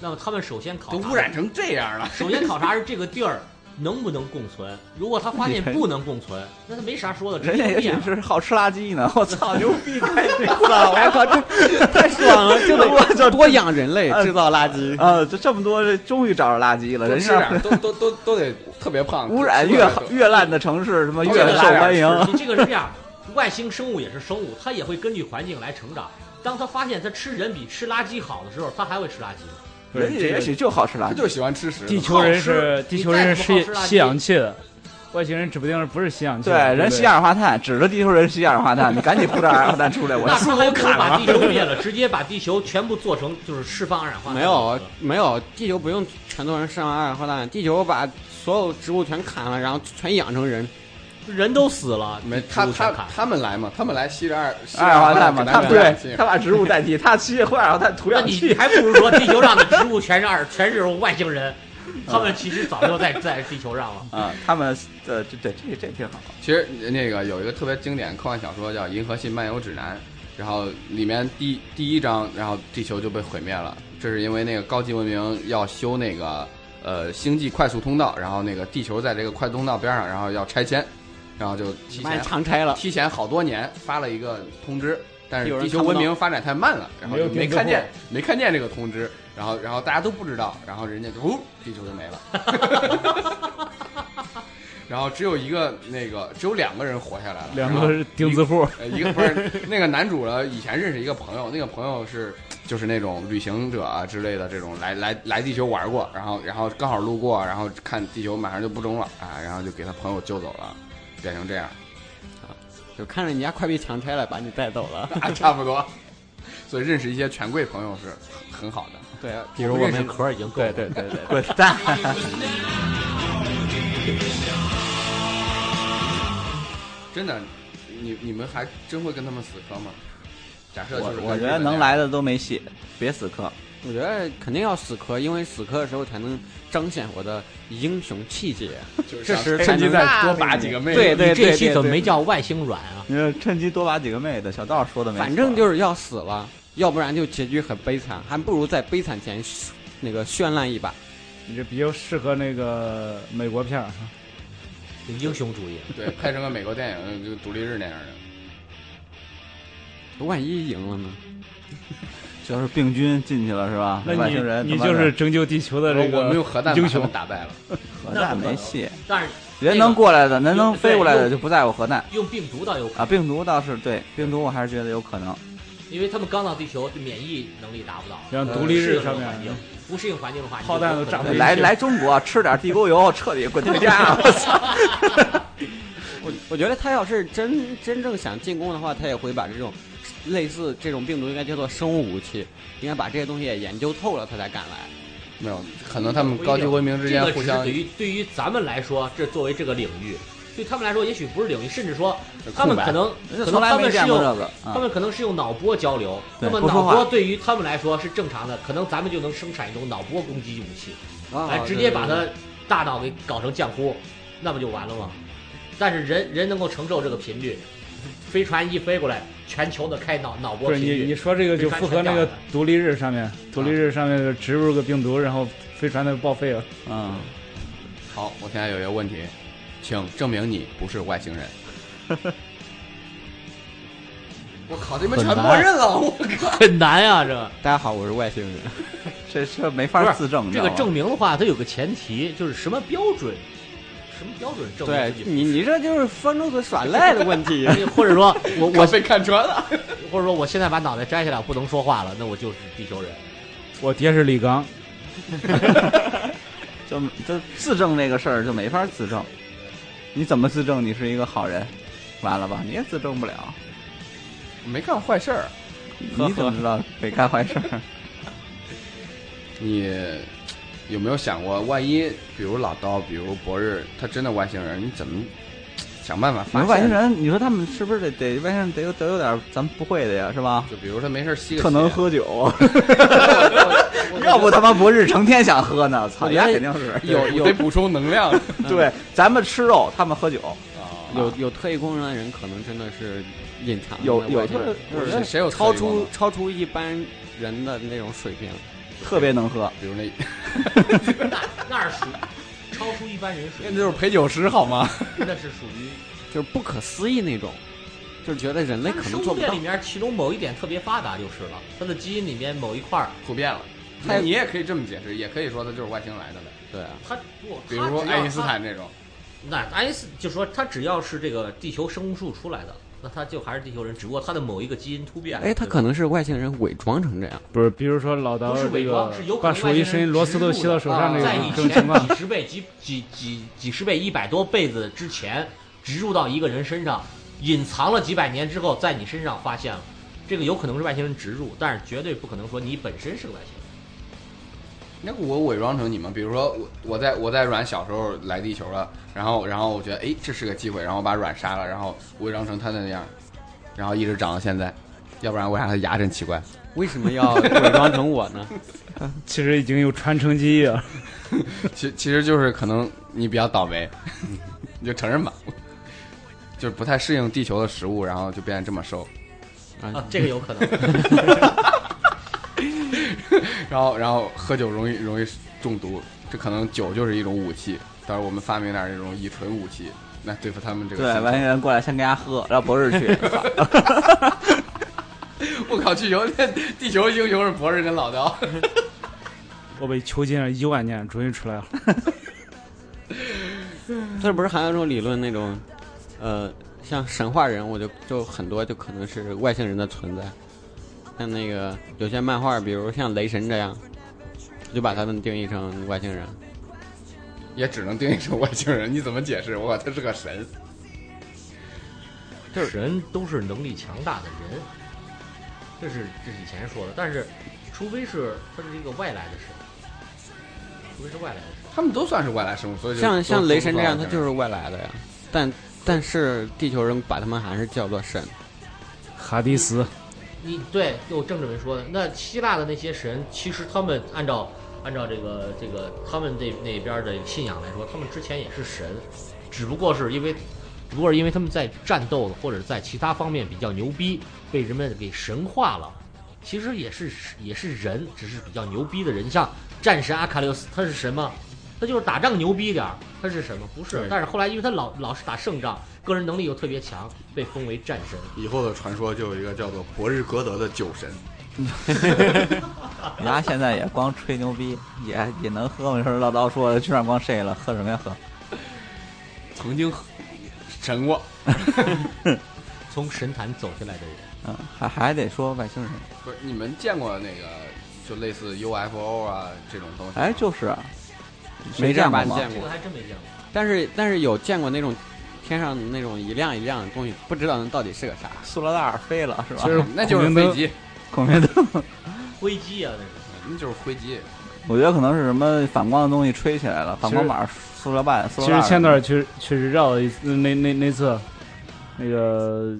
那么他们首先考都察污染成这样了，首先考察是这个地儿能不能共存。如果他发现不能共存，那他没啥说的，直 人家接也灭只了。是好吃垃圾呢！我操，牛逼！了，我靠，这太爽 了，这我得多养人类， 呃制造垃圾。啊，这这么多，这终于找着垃圾了。都人吃家点，都都都都得特别胖，污染吃越不了好就越烂的城市，他妈都越得受拉点欢迎。你这个 是这样，外星生物也是生物，它也会根据环境来成长。当它发现它吃人比吃垃圾好的时候，它还会吃垃圾。不是人家这个也许就好吃垃他圾。就喜欢吃屎。地球好人吃是地球人你再是怎么好吃垃圾吸氧气的，外星人指不定是不是吸氧气对的。对，人吸。二氧化碳，指着地球人吸二氧化碳，你赶紧呼点二氧化碳出来！我啊那它还不如把地球灭了，直接把地球全部做成就是释放二氧化碳。没啊有，没有，地球不用全都人释放二氧化碳，地球把所有植物全砍了，然后全养成人。人都死了，没植他物他全砍他们来嘛，他们来吸着二二氧化碳嘛，嘛，他们对，他把植物代替，他吸二氧化碳土那氧你气。还不如 说地球上的植物全是二，全是外星人，他们其实早就在在地 球上了。啊，他们呃，这这这这挺好。其实那个有一个特别经典科幻小说叫《银河系漫游指南》，然后里面第第一章，然后地球就被毁灭了，这是因为那个高级文明要修那个呃星际快速通道，然后那个地球在这个快速通道边上，然后要拆迁，然后就提把你前长拆了， 提前好多年发了一个通知，但有是人地球看不文到明发展太慢了，然后没有就没订制看见货没看见这个通知，然后然后大家都不知道，然后人家就呜、地球就没了。 然后只有一个那个，只有两个人活下来了。两然后个是钉子户，呃，一个不是那个男主呢，以前认识一个朋友，那个朋友是就是那种旅行者啊之类的这种来来来地球玩过，然后然后刚好路过，然后看地球马上就不中了啊，然后就给他朋友救走了，变成这样就看着你家快被强拆了，把你带 走了。 啊，差不多。所以认识一些权贵朋友是很好的。对，比如我们壳儿已经够对了。对对对，滚蛋！真的，你你们还真会跟他们死磕吗？假设就是我我觉得能来的都没戏，别死磕。我觉得肯定要死磕，因为死磕的时候才能彰显我的英雄气节。就是这想时才趁机能再多把几个妹子。对对你这对期对怎么对没叫外星软啊？你说趁机多把几个妹子，小道说的没错，反正就是要死了，要不然就结局很悲惨，还不如在悲惨前嘘那个绚烂一把。你这比较适合那个美国片儿，有英雄主义，对，拍成个美国电影，就独立日那样的，万一赢了呢？主要是病菌进去了是吧？那外你星人你他妈就的是拯救地球的这我们个用核弹把英他雄们打败了。核弹没戏，但是人那个能过来的，人能对飞过来的用就不在乎核弹用病毒倒有可能啊。病毒倒是对，病毒我还是觉得有啊可能。因为他们刚到地球，免疫能力达不到，像呃独立日适应这上个面环境不适应环境的话，炮弹都炸不飞来来中国吃点地沟油，彻底滚回家！我操！我我觉得他要是真真正想进攻的话，他也会把这种类似这种病毒应该叫做生物武器，应该把这些东西也研究透了，他才敢来。没有，可能他们高级文明之这间个互只是相对于对于咱们来说，这作为这个领域，对他们来说也许不是领域，甚至说空白他们可能可能从来他没们是见过用这个他啊！们可能是用脑波交流，对那么不说脑话波对于他们来说是正常的，可能咱们就能生产一种脑波攻击武器，哎啊来直接把他大脑给搞成浆糊，那不就完了吗？但是人人能够承受这个频率，飞船一飞过来，全球的开脑脑波不是频你你 率，说这个就符飞合那船全炸个了独立日上啊面，独立日上面植入个病毒，然后飞船就报废了。嗯，好，我现在有一个问题，请证明你不是外星 人。我靠，这边全默认了，我很难呀、这大家好，我是外星人。这这没不法是自证，这个知道证吗明的话，它有个前提，就是什么标准，什么标准证对明自己你，你这就是方舟子耍赖的问题。 或者说我我我被看穿了。或者说我现在把脑袋摘下来，我不能说话了，那我就是地球 人。我爹是李刚，就就自证这个事儿就没法自证。你怎么自证你是一个好人？完了吧，你也自证不了。没干坏事儿，你怎么知道没干坏事 儿？你有没有想过，万一比如老刀，比如博日，他真的外星人，你怎么想办法你发现？说外星，人，你说他们是不是得得外星人得有得有点咱们不会的呀，是吧？就比如他没事吸个特能血喝 酒，要不他妈不是成天想喝呢？操，我觉人得肯定是有有得补充能量对，咱们吃肉，他们喝酒，有有特异功能的人，可能真的是隐藏的有有外星人特不是有谁有超特异功出能超出一般人的那种水平。特别能喝。比如 那那那是属超出一般人水平，是陪酒师好吗？那是属于就是不可思议那种，就是觉得人类但可是能生做物不链到里。面其中某一点特别发达就是了，它的基因里面某一块儿， 普遍了，他也你也可以这么解释，也可以说他就是外星来的呗。对啊，它不，比如说它只要爱因斯，坦这种，它那爱因斯就说它只要是这个地球生物数出来的，那它就还是地球人，只不过它的某一个基因突变了。哎，他对吧可能是外星人伪装成这样。不是，比如说老刀不是这伪个装是有可把能手一伸，螺丝都吸到手上这啊在以个这种情前况，几十倍、几几几几十倍、一百多辈子之前植入到一个人身上，隐藏了几百年之后，在你身上发现了，这个有可能是外星人植入，但是绝对不可能说你本身是个外星人。那我伪装成你们，比如说我我在我在阮小时候来地球了，然后然后我觉得哎这是个机会，然后我把阮杀了，然后伪装成他的那样，然后一直长到现在，要不然为啥他牙真奇怪？为什么要伪装成我呢？其实已经有传承记忆了。其其实就是可能你比较倒霉， 你就承认吧， 就是不太适应地球的食物，然后就变得这么瘦，啊，这个有可能。 然后然后喝酒容易容易中毒，这可能酒就是一种武器，到时候我们发明点这种乙醇武器来对付他们这个对星球。，外星人过来先给他喝，让博士去。操我靠，去球，地球英雄是博士跟老刀。我被囚禁了一万年，终于出来了。这不是还有一种理论那种，呃，像神话人物就就很多就可能是外星人的存在，像那个有些漫画，比如像雷神这样，就把他们定义成外星人。也只能定义成外星人，你怎么解释？我靠，他是个神，人都是能力强大的人，这是这是以前说的，但是除非是他是一个外来的神，除非是外来的神，他们都算是外来生物，所以就像都像雷神这样，都他不就是外来的呀。但但是地球人把他们还是叫做神。哈迪斯，你对，就正准备说的，那希腊的那些神，其实他们按照按照这个这个他们这那边的信仰来说，他们之前也是神，只不过是因为只不过是因为他们在战斗或者在其他方面比较牛逼，被人们给神化了。其实也是也是人，只是比较牛逼的人，像战神阿喀琉斯，他是神吗？他就是打仗牛逼点儿，他是神吗？不是。但是后来因为他老老是打胜仗，个人能力又特别强，被封为战神。以后的传说就有一个叫做博日格德的酒神，你丫现在也光吹牛逼，也也能喝嘛？就是唠叨说去那儿光睡了，喝什么呀喝？曾经神过。从神坛走下来的人。嗯，还还得说外星人。不是你们见过那个就类似 UFO 啊这种东西吗？哎，就是啊，没见见过过吗？见这过个，还真没见过。但是但是有见过那种天上那种一亮一亮的东西，不知道那到底是个啥。塑料袋儿飞了是吧？ 其实那就是飞机，孔明灯，灰机啊，那是。那就是飞机。我觉得可能是什么反光的东西吹起来了，反光板、塑料板、塑其料袋实儿。前段儿确实确实绕了一次，那那那次，那个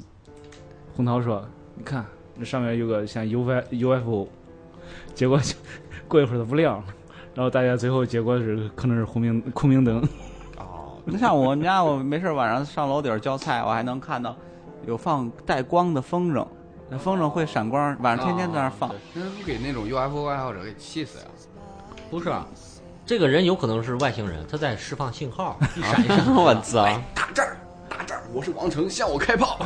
红桃说：“你看那上面有个像 UF UFO，结果 就过一会儿它不亮了，然后大家最后结果是可能是红明空明灯，哦，你像我们家，我没事晚上上楼顶儿浇菜，我还能看到有放带光的风筝，那风筝会闪光，晚上天天在那儿放。哦那不给那种 UFO 爱好者给气死呀！不是啊，这个人有可能是外星人，他在释放信号，一闪啊哎一闪。我操！打这儿，打这儿，我是王成，向我开 炮！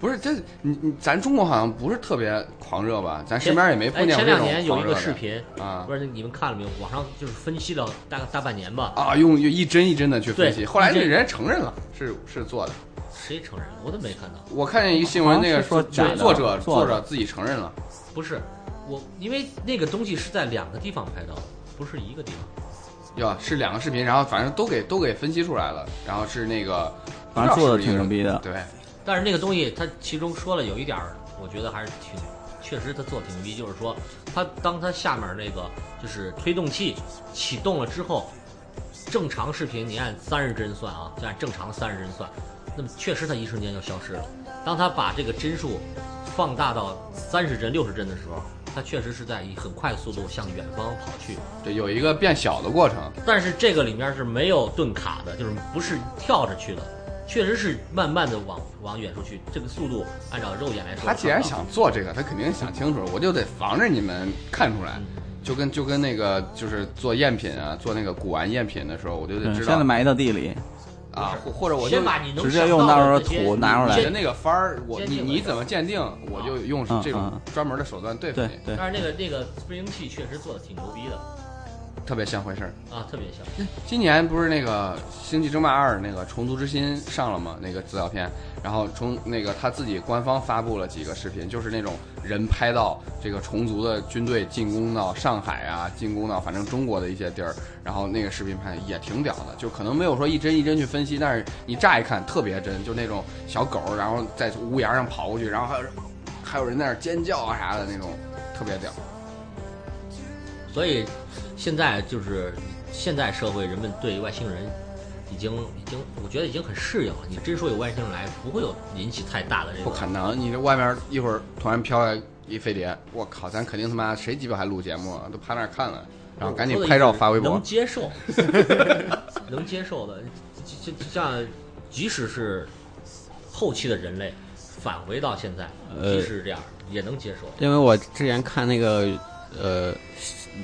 不是，这你你咱中国好像不是特别狂热吧？咱身边也没哎，碰见过前这两种年有一狂热个的视频，啊不知道你们看了没有？网上就是分析了大大半年吧，啊，用一帧一帧的去分析，对后来一帧那人承认了是是做的。谁承认？我都没看到。我看见一新闻，好像那个啊是说就假的作者做作的者自己承认了，不是，我因为那个东西是在两个地方拍到的，不是一个地方。哟，是两个视频，然后反正都给都给分析出来了，然后是那个，反正做的挺牛逼逼的。对，但是那个东西，它其中说了有一点儿，我觉得还是挺，确实它做得挺牛逼，就是说，它当它下面那个就是推动器启动了之后，正常视频你按三十帧算啊，就按正常三十帧算，那么确实它一瞬间就消失了。当它把这个帧数放大到三十帧、六十帧的时候，它确实是在以很快速度向远方跑去。对，有一个变小的过程，但是这个里面是没有盾卡的，就是不是跳着去的，确实是慢慢的往往远处去，这个速度按照肉眼来说，他既然想做这个，他肯定想清楚了，我就得防着你们看出来嗯，就跟就跟那个就是做赝品啊，做那个古玩赝品的时候，我就得对，知嗯现道在埋到地里，啊，或或者我就先把你能直接用想到时到候的这些土拿出你的来。那个番儿，我先你进你来怎么鉴定，我就用嗯这嗯种专门的手段对付对你，对，但是那个那个飞行器确实做的挺牛逼的特别像回事儿。啊，特别像。今年不是那个《星际争霸二》那个《虫族之心》上了吗？那个资料片，然后虫那个他自己官方发布了几个视频，就是那种人拍到这个虫族的军队进攻到上海啊，进攻到反正中国的一些地儿，然后那个视频拍也挺屌的，就可能没有说一帧一帧去分析，但是你乍一看特别真，就那种小狗，然后在屋檐上跑过去，然后还有还有人在那儿尖叫啊啥的那种，特别屌。所以现在就是现在社会，人们对外星人已经已经，我觉得已经很适应了。你真说有外星人来，不会有引起太大的这不个可能！你这外面一会儿突然飘来一飞碟，我靠，咱肯定他妈谁鸡巴还录节目啊？都趴那儿看了，然后赶紧拍照发微博能。接受，能接受的，就就就像即使是后期的人类返回到现在，呃即使是这样也能接受。因为我之前看那个呃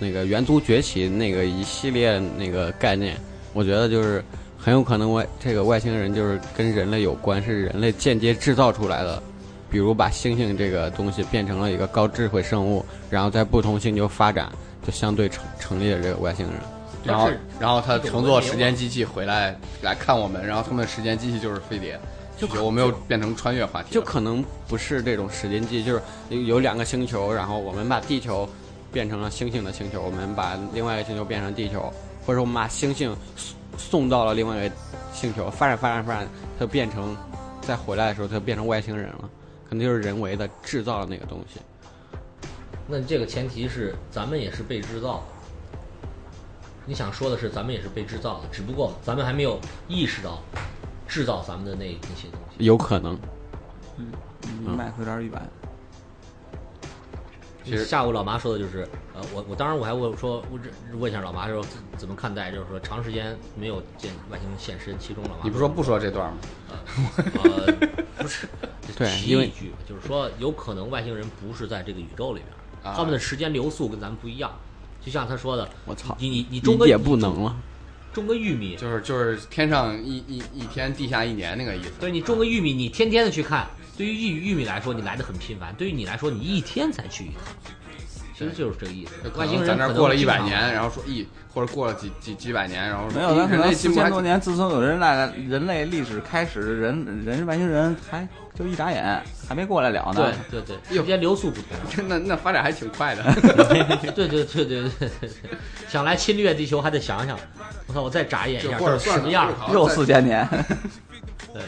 那个《猿族崛起》那个一系列那个概念，我觉得就是很有可能外这个外星人就是跟人类有关，是人类间接制造出来的。比如把猩猩这个东西变成了一个高智慧生物，然后在不同星球发展，就相对成成立了这个外星人。然后但是，然后他乘坐时间机器回来来看我们，然后他们时间机器就是飞碟。就我们又变成穿越话题就了，可能不是这种时间机，就是有有两个星球，然后我们把地球变成了星星的星球，我们把另外一个星球变成地球，或者我们把星星送送到了另外一个星球，发展发展发展，它变成再回来的时候，它变成外星人了，可能就是人为的制造了那个东西。那这个前提是咱们也是被制造的。你想说的是，咱们也是被制造的，只不过咱们还没有意识到制造咱们的那那些东西。有可能，嗯卖回点儿一百。其实下午老妈说的就是，呃，我我当时我还问说，我这问一下老妈说怎么看待，就是说长时间没有见外星现身，其中老妈你不说不说这段吗？呃，不是，对提因为一句，就是说，有可能外星人不是在这个宇宙里边儿，啊他们的时间流速跟咱们不一样。就像他说的，我操，你你你种个也不能了。种个玉米，就是就是天上一一一天，地下一年那个意思。对你种个玉米，你天天的去看，对于玉玉米来说，你来的很频繁；对于你来说，你一天才去一趟，其实就是这个意思就。可外星能人咱这儿可能过了一经百常啊年，然后说一或者过了几几几百年，然后说哎没有，咦咱可人能类四进步还千多年，自从有人来了，人类历史开始，人人外星人还就一眨眼还没过来了呢。对对对，时间流速不同。挺 那那发展还挺 快的。对对对对对对，想来侵略地球还得想想，我操，我再眨眼一就下，过这了是什算么了样过儿了？又四千年，对，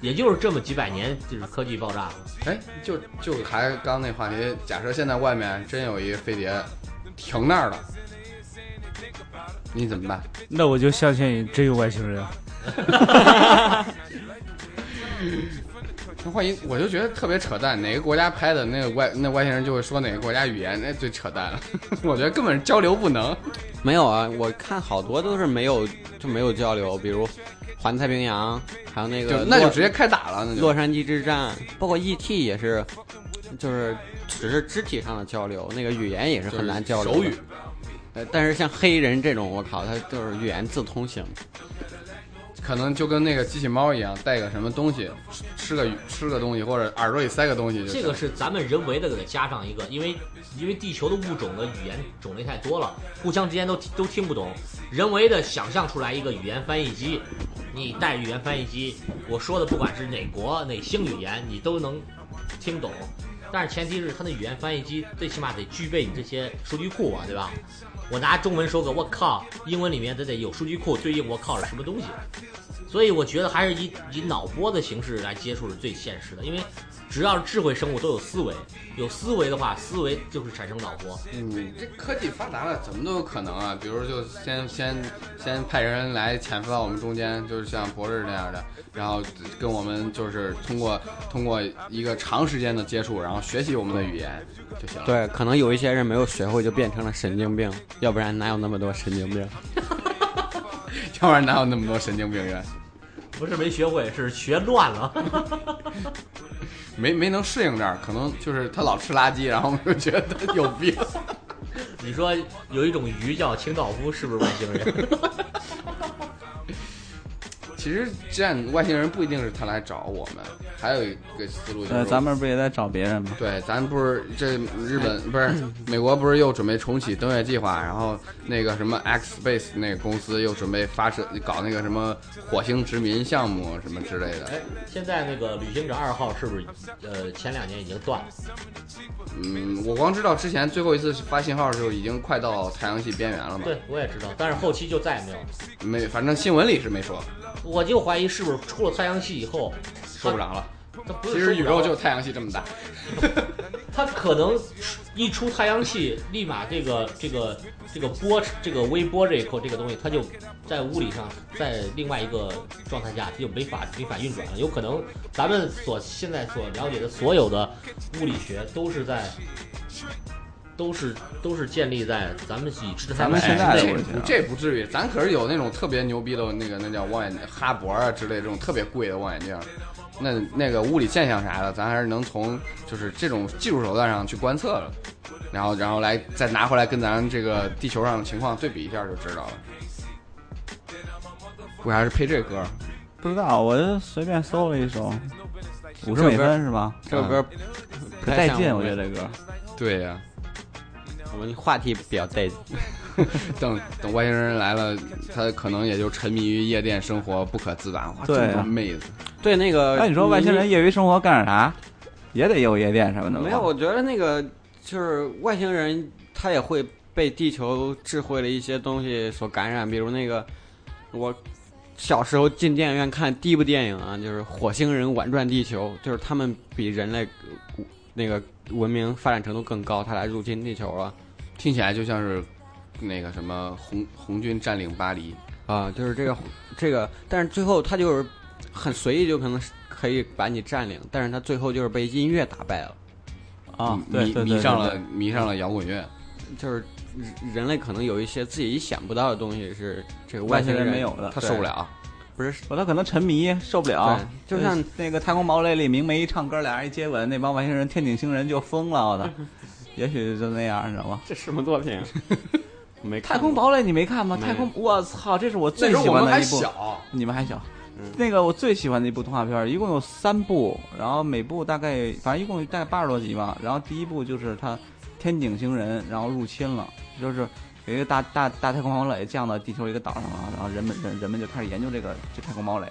也就是这么几百年，就是科技爆炸了。哎，就就还刚那话题，假设现在外面真有一飞碟停那儿了，你怎么办？那我就相信真有外星人。那万一我就觉得特别扯淡，哪个国家拍的那个外那外星人就会说哪个国家语言，那最扯淡了。 我觉得根本交流不能。没有啊，我看好多都是没有就没有交流，比如环太平洋，还有那就个那就洛直接开打了，那就洛杉矶之战，包括 E.T. 也是，就是只是肢体上的交流，那个语言也是就是很难交流的。手语，呃，但是像黑人这种，我靠，他就是语言自通行。可能就跟那个机器猫一样，带个什么东西，吃吃个吃个东西，或者耳朵里塞个东西就行。这个是咱们人为的给它加上一个，因为因为地球的物种的语言种类太多了，互相之间都都听不懂，人为的想象出来一个语言翻译机，你带语言翻译机，我说的不管是哪国哪星语言，你都能听懂。但是前提是它的语言翻译机最起码得具备你这些数据库啊，对吧？我拿中文说个我靠，英文里面它得有数据库对应我靠是什么东西，所以我觉得还是以以脑波的形式来接触是最现实的，因为只要是智慧生物都有思维，有思维的话，思维就是产生脑波。嗯，这科技发达了，怎么都有可能啊。比如，就先先先派人来潜伏到我们中间，就是像博士那样的，然后跟我们就是通过通过一个长时间的接触，然后学习我们的语言就啊行了。对，可能有一些人没有学会就变成了神经病，要不然哪有那么多神经病？要不然哪有那么多神经病人？不是没学会，是学乱 了。没没能适应这儿，可能就是他老吃垃圾，然后我们就觉得他有病。你说有一种鱼叫清道夫，是不是外星 人？其实这样外星人不一定是他来找我们，还有一个思 路就呃，是咱们不也在找别人吗？对，咱不是这日本不是美国不是又准备重启登月计划，然后那个什么 X Space 那个公司又准备发射搞那个什么火星殖民项目什么之类的。哎，现在那个旅行者二号是不是呃前两年已经断了？嗯，我光知道之前最后一次发信号的时候已经快到太阳系边缘了嘛，对，我也知道，但是后期就再也没有了。没反正新闻里是没说，我就怀疑是不是出了太阳系以后，说不着了。它不其是实宇收宙不着就太阳系这么大，它可能一出太阳系，立马这个这个这个波这个微波这一块这个东西，它就在物理上在另外一个状态下，它就没法没法运转了。有可能咱们所现在所了解的所有的物理学都是在。都是都是建立在咱们已知的咱们范围现在之的内我这哎这不至于，咱可是有那种特别牛逼的那个那叫望远镜哈勃啊之类这种特别贵的望远镜，那那个物理现象啥的，咱还是能从就是这种技术手段上去观测了，然后然后来再拿回来跟咱这个地球上的情况对比一下就知道了。为啥是配这歌？不知道，我就随便搜了一首，五十这美歌分是吧？这首歌不可太带像劲，我我觉们得这歌。对呀、我们话题比较带劲。等等外星人来了，他可能也就沉迷于夜店生活不可自拔。哇，对啊这么多妹子，对，那个，哎那你说外星人业余生活干点啥？也得有夜店什么的吧。没有，我觉得那个就是外星人，他也会被地球智慧的一些东西所感染，比如那个我小时候进电影院看第一部电影啊，就是《火星人玩转地球》，就是他们比人类呃那个文明发展程度更高，他来入侵地球了听起来就像是那个什么红红军占领巴黎。啊，就是这个这个，但是最后他就是很随意，就可能可以把你占领，但是它最后就是被音乐打败了。啊，对迷对对迷上对了迷上了摇滚乐，就是人人类可能有一些自己想不到的东西是这个外星星人人没有的他对受不了。不是哦我他可能沉迷受不了，对就像 呃那个《太空堡垒》里明梅一唱歌，俩人一接吻，那帮外星人、天顶星人就疯了，我操！也许就那样，你知道吗？这什么作品？ 没太看过空堡垒你没看吗？没太空，我操，这是我那最时候喜我欢们的还一部。小，你们还小，嗯那个我最喜欢的一部动画片，一共有三部，然后每部大概反正一共大概八十多集吧。然后第一部就是他天顶星人，然后入侵了，就是有一个大大大太空堡垒降到地球一个岛上了，然后人们人人们就开始研究这个这太空堡垒，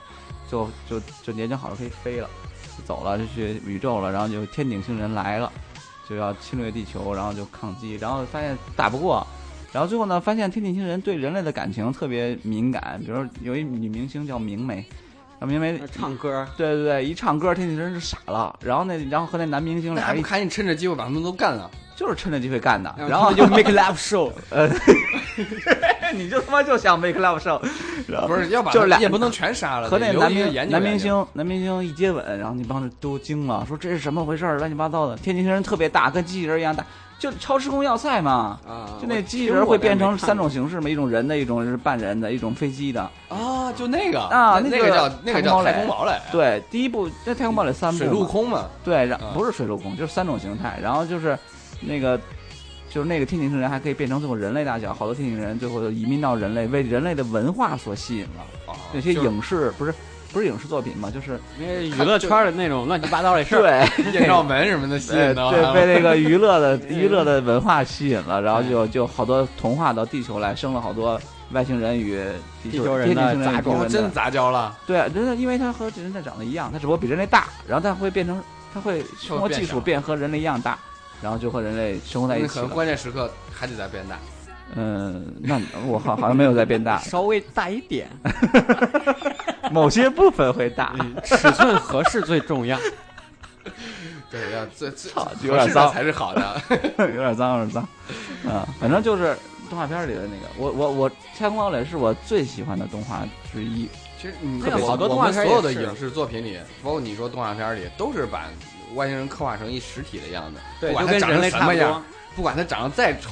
就就就研究好了可以飞了，就走了就去宇宙了，然后就天顶星人来了，就要侵略地球，然后就抗击，然后发现打不过，然后最后呢，发现天地星人对人类的感情特别敏感，比如说有一女明星叫明梅，啊，明梅，唱歌，对对对，一唱歌天地星人就傻了，然后那然后和那男明星那俩还哎不人赶紧趁着机会把他们都干了？就是趁着机会干的，然然后后 就就 make love show，呃， 你就他妈就想 make love show，然后不是，要把呃就是他俩也不能全杀了，和得那留男一个明研究男明研究星男明星一接吻，然后那帮人都惊了，说这是什么回事儿，乱七八糟的。天地星人特别大，跟机器人一样大，就超时空要塞嘛。啊就那机器人会变成三种形式嘛，一种人的，一种是半人的，一种飞机的。啊，就那个啊那那个个叫那个叫太太空空堡垒，对，第一部那太空堡垒三部嘛水陆空嘛，对，然啊不是水陆空，就是三种形态。然后就是那个就是那个天顶星人还可以变成最后人类大小，好多天顶人最后就移民到人类，为人类的文化所吸引了。哦那些就是影视不是不是影视作品嘛，就是那是娱乐圈的那种乱七八糟的事儿。对 艳照门什么的吸对引到对他被那个娱乐的娱乐的文化吸引了，然后就就好多童话到地球来，生了好多外星人与地地球人天的顶星人与杂，地球哦，人真的的杂交了，对，真的，因为它和人类长得一样，它只不过比人类大，然后它会变成，它会生活技术变和人类一样大，然后就和人类生活在一那起可能了。关键时刻还得再变大。嗯，那我好好像没有在 变大啊稍微大一点，某些部分会大。 尺寸合适最重要。对，要最最操有合点适脏的才是好的。有点脏，有点脏，啊、反正就是动画片里的那个，我我我《太空堡垒》是我最喜欢的动画之一，其实你特看别我好多我动画们所片也有的是影视作品里，包括你说动画片里，都是把外星人刻画成一实体的样子，不管就它跟长人成类什差么不样多。。不管它长得再丑，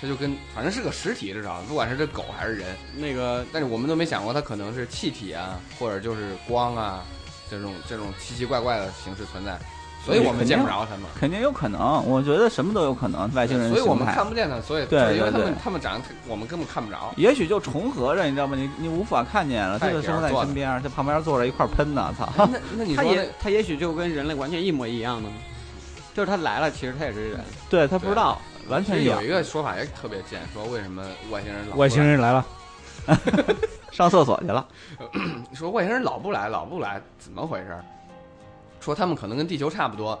它就跟反正是个实体，至少不管是这狗还是人，那个但是我们都没想过它可能是气体啊，或者就是光啊这种这种奇奇怪怪的形式存在，所以我们见不着它们。肯定有可能，我觉得什么都有可能，外星人所以我们形态看不见它，所以对就是因为对它们对它们长得我们根本看不着。也许就重合着，你知道吗？你你无法看见了，他太就屌生活在你做的身边，在旁边坐着一块儿喷呢，操！ 那那你他说那也他也许就跟人类完全一模一样的呢，就是他来了，其实他也是人。对他不知道，完其全实一样有一个说法也特别贱，说为什么外星人老不来外星人来了，上厕所去了。说外星人老不来老不来，怎么回事儿？说他们可能跟地球差不多，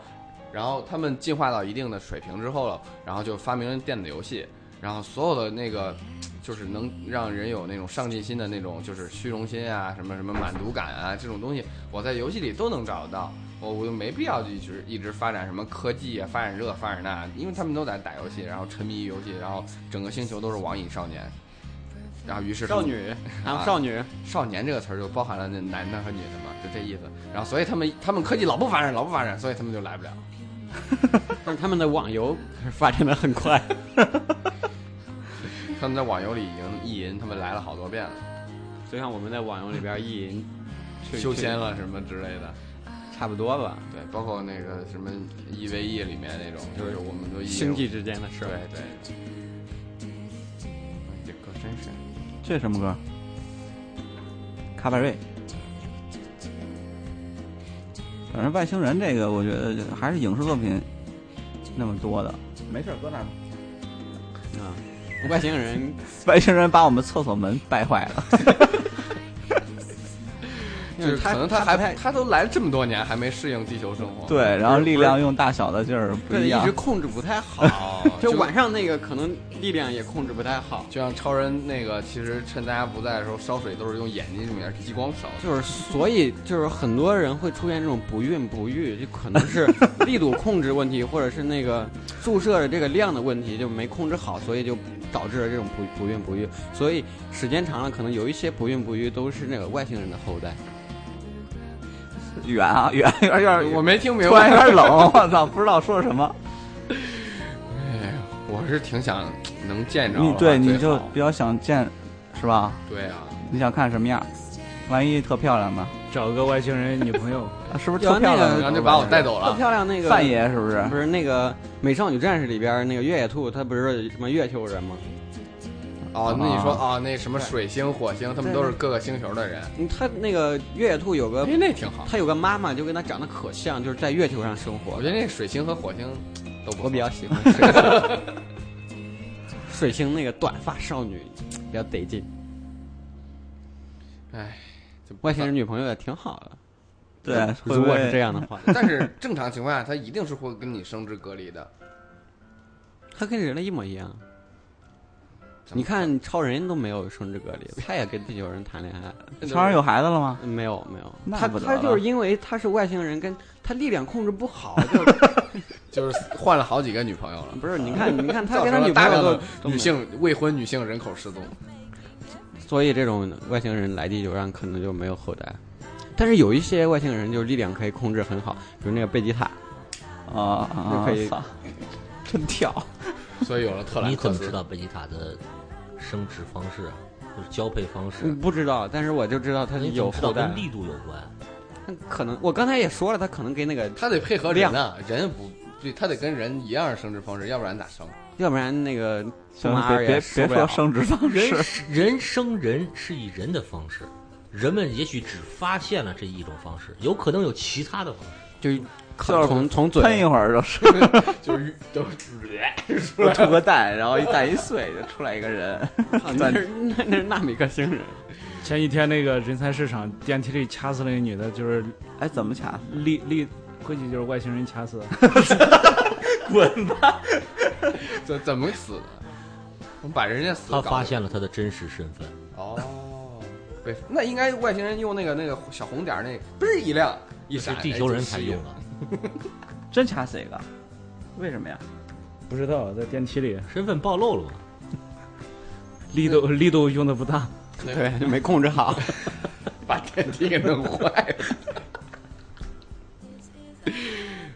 然后他们进化到一定的水平之后了，然后就发明了电子游戏，然后所有的那个就是能让人有那种上进心的那种，就是虚荣心啊，什么什么满足感啊这种东西，我在游戏里都能找得到。我我就没必要一直一直发展什么科技啊，发展这发展那，因为他们都在打游戏，然后沉迷于游戏，然后整个星球都是网瘾少年，然后于是他少们女，然啊后少女，少年这个词儿就包含了那男的和女的嘛，就这意思。然后所以他们他们科技老不发展，老不发展，所以他们就来不了。但是他们的网游发展的很快。他们在网游里已经意淫，他们来了好多遍了，就像我们在网游里边意淫，去修仙，了什么之类的。去差不多吧，对，包括那个什么 EVE 里面那种，就是我们都意淫星际之间的事对儿。对。这歌真是这什么歌？卡巴瑞。反正外星人这个，我觉得还是影视作品那么多的。没事，搁那儿吧。啊，外星人 外星人把我们厕所门败坏了。就是他可能他还不太他都来了这么多年还没适应地球生活，对，然后力量用大小的劲儿不对一一样直。控制不太 好，哦，就晚上那个可能力量也控制不太好，就像超人那个，其实趁大家不在的时候烧水都是用眼睛里面激光烧的，就是所以就是很多人会出现这种不孕不育，就可能 是力度控制问题，或者是那个注射的这个量的问题就没控制好，所以就导致了这种不不孕不育。所以时间长了，可能有一些不孕不育都是那个外星人的后代。远啊，远有哎点有点，我没听明突然有白，点冷，我操，不知道说什么。我是挺想能见着的你话对你最就好比较想见，是吧？对啊，你想看什么样？万一特漂亮呢？找个外星人女朋友，啊是不是有特啊漂亮那呢？个然后就把我带走特了。 漂亮那个范爷是不是？不是那个《美少女战士》里边那个越野兔，它不是什么月球人吗？哦，那你说啊啊，那什么水星、火星，他们都是各个星球的人，嗯它那个越野兔有个哎，那挺好。它有个妈妈，就跟它长得可像，就是在月球上生我活觉。得那水星和火星都不我比较错喜 欢水星，水星那个短发少女比较得劲，哎就不外星人女朋友也挺好的。对，会如不果会是这样的话， 但是正常情况下，他一定是会跟你生殖隔离的。它跟人类一模一样。怎么你看超人都没有生殖隔离，他也跟地球人谈恋爱，嗯超人有孩子了吗？没有没有，那他不得他就了是因为他是外星人，跟他力量控制不好， 就，就是换了好几个女朋友了不是你看你看他造跟成他了女大朋量友的都都没女有，性未婚女性人口失踪。所以这种外星人来地球上可能就没有后代。但是有一些外星人就是力量可以控制很好，比如那个贝吉塔，啊啊！就可以操 真 跳，所以有了特兰你克怎么斯知。道贝吉塔的生殖方式啊？就是交配方式嗯，不知道，但是我就知道他那是你有怎么知后道代跟。力度有关？那可能我刚才也说了，他可能跟那个，他得配合人啊，人不对，他得跟人一样生殖方式，要不然咋生？要不然那个行马，别尔也别受别不说了生殖方式人，是人生人是以人的方式，人们也许只发现了这一种方式，有可能有其他的方式。就就是从从喷一嘴会儿就是就是 都吐个蛋，然后一蛋一碎就出来一个人。啊那是 那那是纳米克星人。前几天那个人才市场电梯里掐死那个女的，就是哎，怎么卡？力力，估计就是外星人掐死的。怎怎么死的？我们把人家死他搞发现了他的真实身份，哦，被那应该外星人用那个那个小红点儿那不是一亮一是闪，哎地球人才用的。真掐死一个？为什么呀？不知道在电梯里，身份暴露 了嘛？力度力度用的不大，对，就没控制 好。把电梯给弄坏了。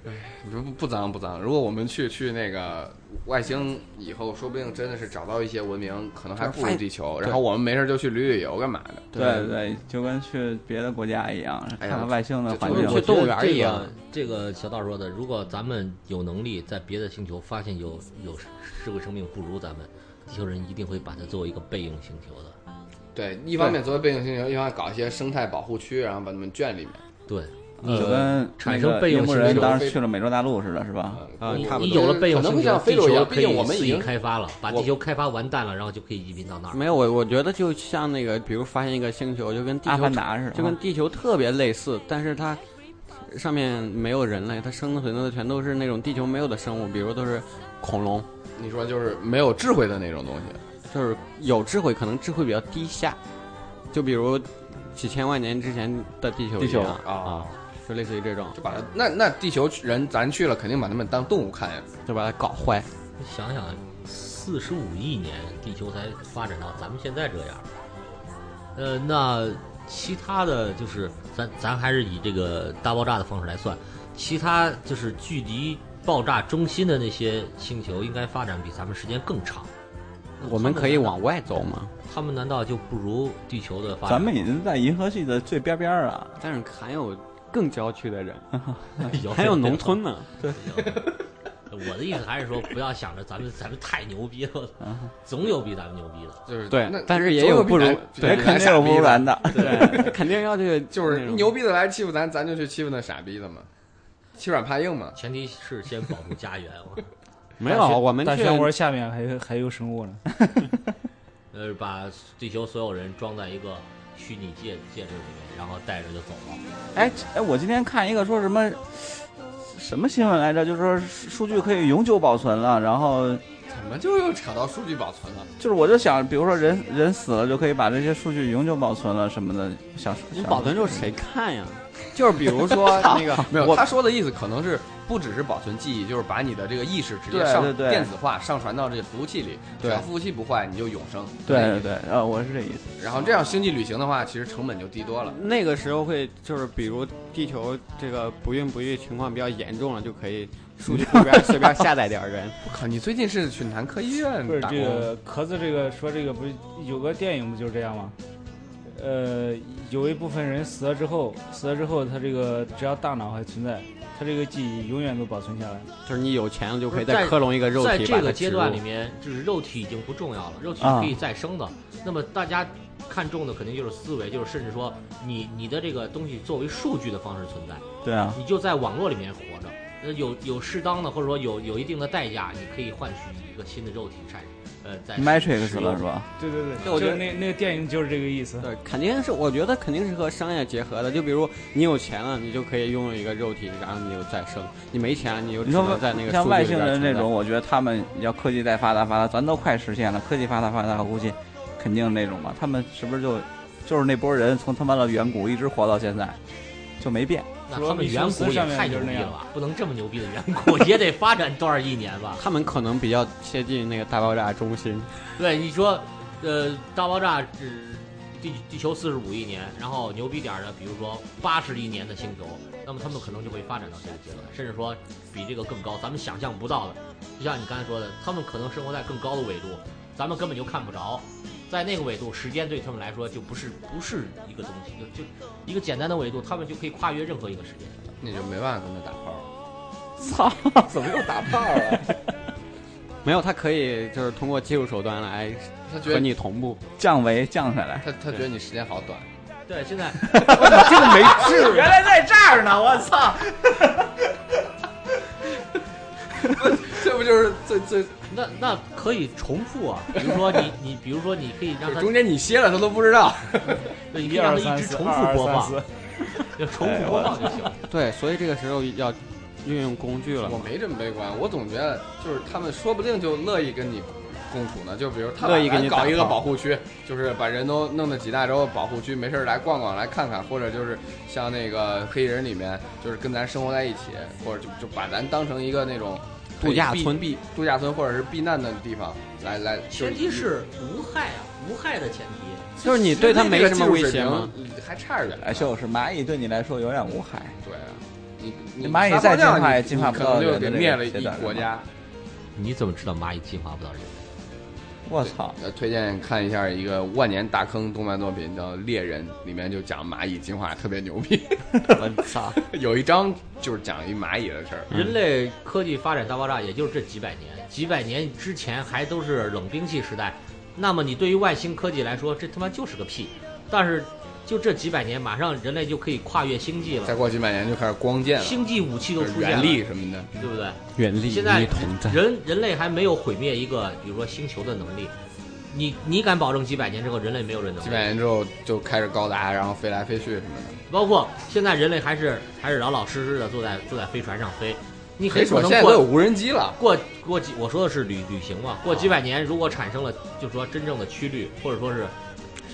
哎不不脏不脏，如果我们去去那个外星以后，说不定真的是找到一些文明，可能还不如地球。然后我们没事就去旅旅游干嘛的？对对，就跟去别的国家一样，哎看呀看外星的这环这境我。去动物园一这样个这个小道说的，如果咱们有能力在别的星球发现有有社会生命不如咱们，地球人一定会把它作为一个备用星球的。对，一方面作为背景星球，一方面搞一些生态保护区，然后把他们圈里面。对，你就跟呃产那生个备用印度性人质当时去了美洲大陆似的，是吧？呃啊我差不多你有了备用可能星会球像，非地洲一球样，毕可竟以我们肆已意经开发了，把我地球开发完蛋了，然后就可以移民到那儿。没有我，我觉得就像那个，比如发现一个星球，就跟地阿球凡达似的，啊就跟地球特别类似，但是它上面没有人类，它生存的全都是那种地球没有的生物，比如都是恐龙，你说就是没有智慧的那种东西。就是有智慧，可能智慧比较低下，就比如几千万年之前的地球地球一样啊啊，就类似于这种，就把它那那地球人咱去了，肯定把他们当动物看呀。就把它搞坏。你想想，四十五亿年地球才发展到咱们现在这样，呃，那其他的就是咱咱还是以这个大爆炸的方式来算，其他就是距离爆炸中心的那些星球应该发展比咱们时间更长。那我们可以他难道往外走嘛，他们难道就不如地球的发展？咱们已经在银河系的最边边儿啊了。但是还有更郊区的人，有还有农。村呢。 我的意思还是说，不要想着咱们咱们太牛逼了，嗯总有比咱们牛逼的。就是对那但是也总有比不如咱比也咱肯定傻有逼不如的咱的，对，肯定要去 就是那种牛逼的来欺负咱，咱就去欺负那傻逼的嘛，欺软怕硬嘛。前提是先保住家园。我没有，我们大去漩涡下面还有还有生物呢。呃，把地球所有人装在一个虚拟戒戒指里面，然后带着就走了。哎哎，我今天看一个说什么什么新闻来着，就是说数据可以永久保存了，然后怎么就又扯到数据保存了？就是我就想，比如说人人死了就可以把这些数据永久保存了什么的，想你想保存之后谁看呀？就是比如说那个，没有，他说的意思可能是不只是保存记忆，就是把你的这个意识直接对上对对电子化，上传到这个服务器里。只对要服务器不坏，你就永生。对对对，呃，我是这意思。然后这样星际旅行的话，其实成本就低多了。那个时候会就是，比如地球这个不孕不育情况比较严重了，就可以数据库边随便下载点儿 人。我靠，你最近是去南科医院不是打这工？个壳子这个说这个不是有个电影不就是这样吗？呃，有一部分人死了之后，死了之后他这个只要大脑还存在，他这个记忆永远都保存下来。就是你有钱了就可以不是再在克隆一个肉在体，把这它个植阶入啊段里面，就是肉体已经不重要了，肉体是可以再生的。那么大家看重的肯定就是思维，就是甚至说你你的这个东西作为数据的方式存在，对啊，你就在网络里面活着。那有有适当的，或者说有有一定的代价，你可以换取一个新的肉体产呃，哎在 Matrix 了是？吧？对对对，对我觉就得是那那个电影就是这个意思。对，肯定是，我觉得肯定是和商业结合的。就比如你有钱了，你就可以拥有一个肉体，然后你就再生；你没钱了，你就只你说能在那个像数据外里星边人存这在种，，我觉得他们要科技再发达发达，咱都快实现了，科技发达发达，我估计肯定那种嘛。他们是不是就就是那波人从他妈的远古一直活到现在，就没变？那他们远古也太牛逼了吧？不能这么牛逼的远古也得发展多少亿年吧？他们可能比较接近那个大爆炸中心。对，你说，呃，大爆炸，呃、地地球四十五亿年，然后牛逼点儿的，比如说八十亿年的星球，那么他们可能就会发展到下一阶段，甚至说比这个更高，咱们想象不到的。就像你刚才说的，他们可能生活在更高的纬度，咱们根本就看不着。在那个纬度，时间对他们来说就不是不是一个东西，就就一个简单的纬度，他们就可以跨越任何一个时间。那就没办法跟他打炮了。操，怎么又打炮 了？没有，他可以就是通过技术手段来他觉和得你同步。降维降下来，他他觉得你时间好短。对，现在这个没治，原来在这儿呢！我操，这不就是最最那那可以重复啊，比如说你你比如说你可以让就他中间你歇了，他都不知道。对，你可一以让二它三一直四，重二复二播三放，四，就重复播放就行。对，所以这个时候要运用工具了我，没这么悲观，我总觉得就是他们说不定就乐意跟你共处呢。就比如他乐意跟你搞打一个炮保护区，就是把人都弄到几大洲保护区，没事儿来逛逛来看看，或者就是像那个黑衣人里面，就是跟咱生活在一起，或者就就把咱当成一个那种度假避村避度假村或者是避难的地方来来。就是前提是无害啊，无害的前提。就是你对他那没个什么技术威水胁平吗？还差着远呢。哎，就是蚂蚁对你来说永远无害。对啊，你你这蚂蚁撒泡再进尿化你也进化你不可到能就人给的这灭个了阶一段是国吗家。你怎么知道蚂蚁进化不到人？我操，呃，推荐看一下一个万年大坑动漫作品，叫《猎人》，里面就讲蚂蚁进化特别牛逼。 我操！有一章就是讲一蚂蚁的事嗯儿，人类科技发展大爆炸，也就是这几百年，几百年之前还都是冷兵器时代。那么你对于外星科技来说，这他妈就是个屁。但是就这几百年，马上人类就可以跨越星际再了，过几百年就开始光剑了，星际武器都就是出现原了，力什么的。对不对？远离现在你同在，人人类还没有毁灭一个，比如说星球的能力。你你敢保证几百年之后人类没有人能力？几百年之后就开始高达，然后飞来飞去什么的。包括现在人类还是还是老老实实的坐在坐在飞船上飞，你谁很说可现能在都有过无人机了？过过几，我说的是旅旅行嘛，过几百年如果产生了，就是说真正的曲率，或者说是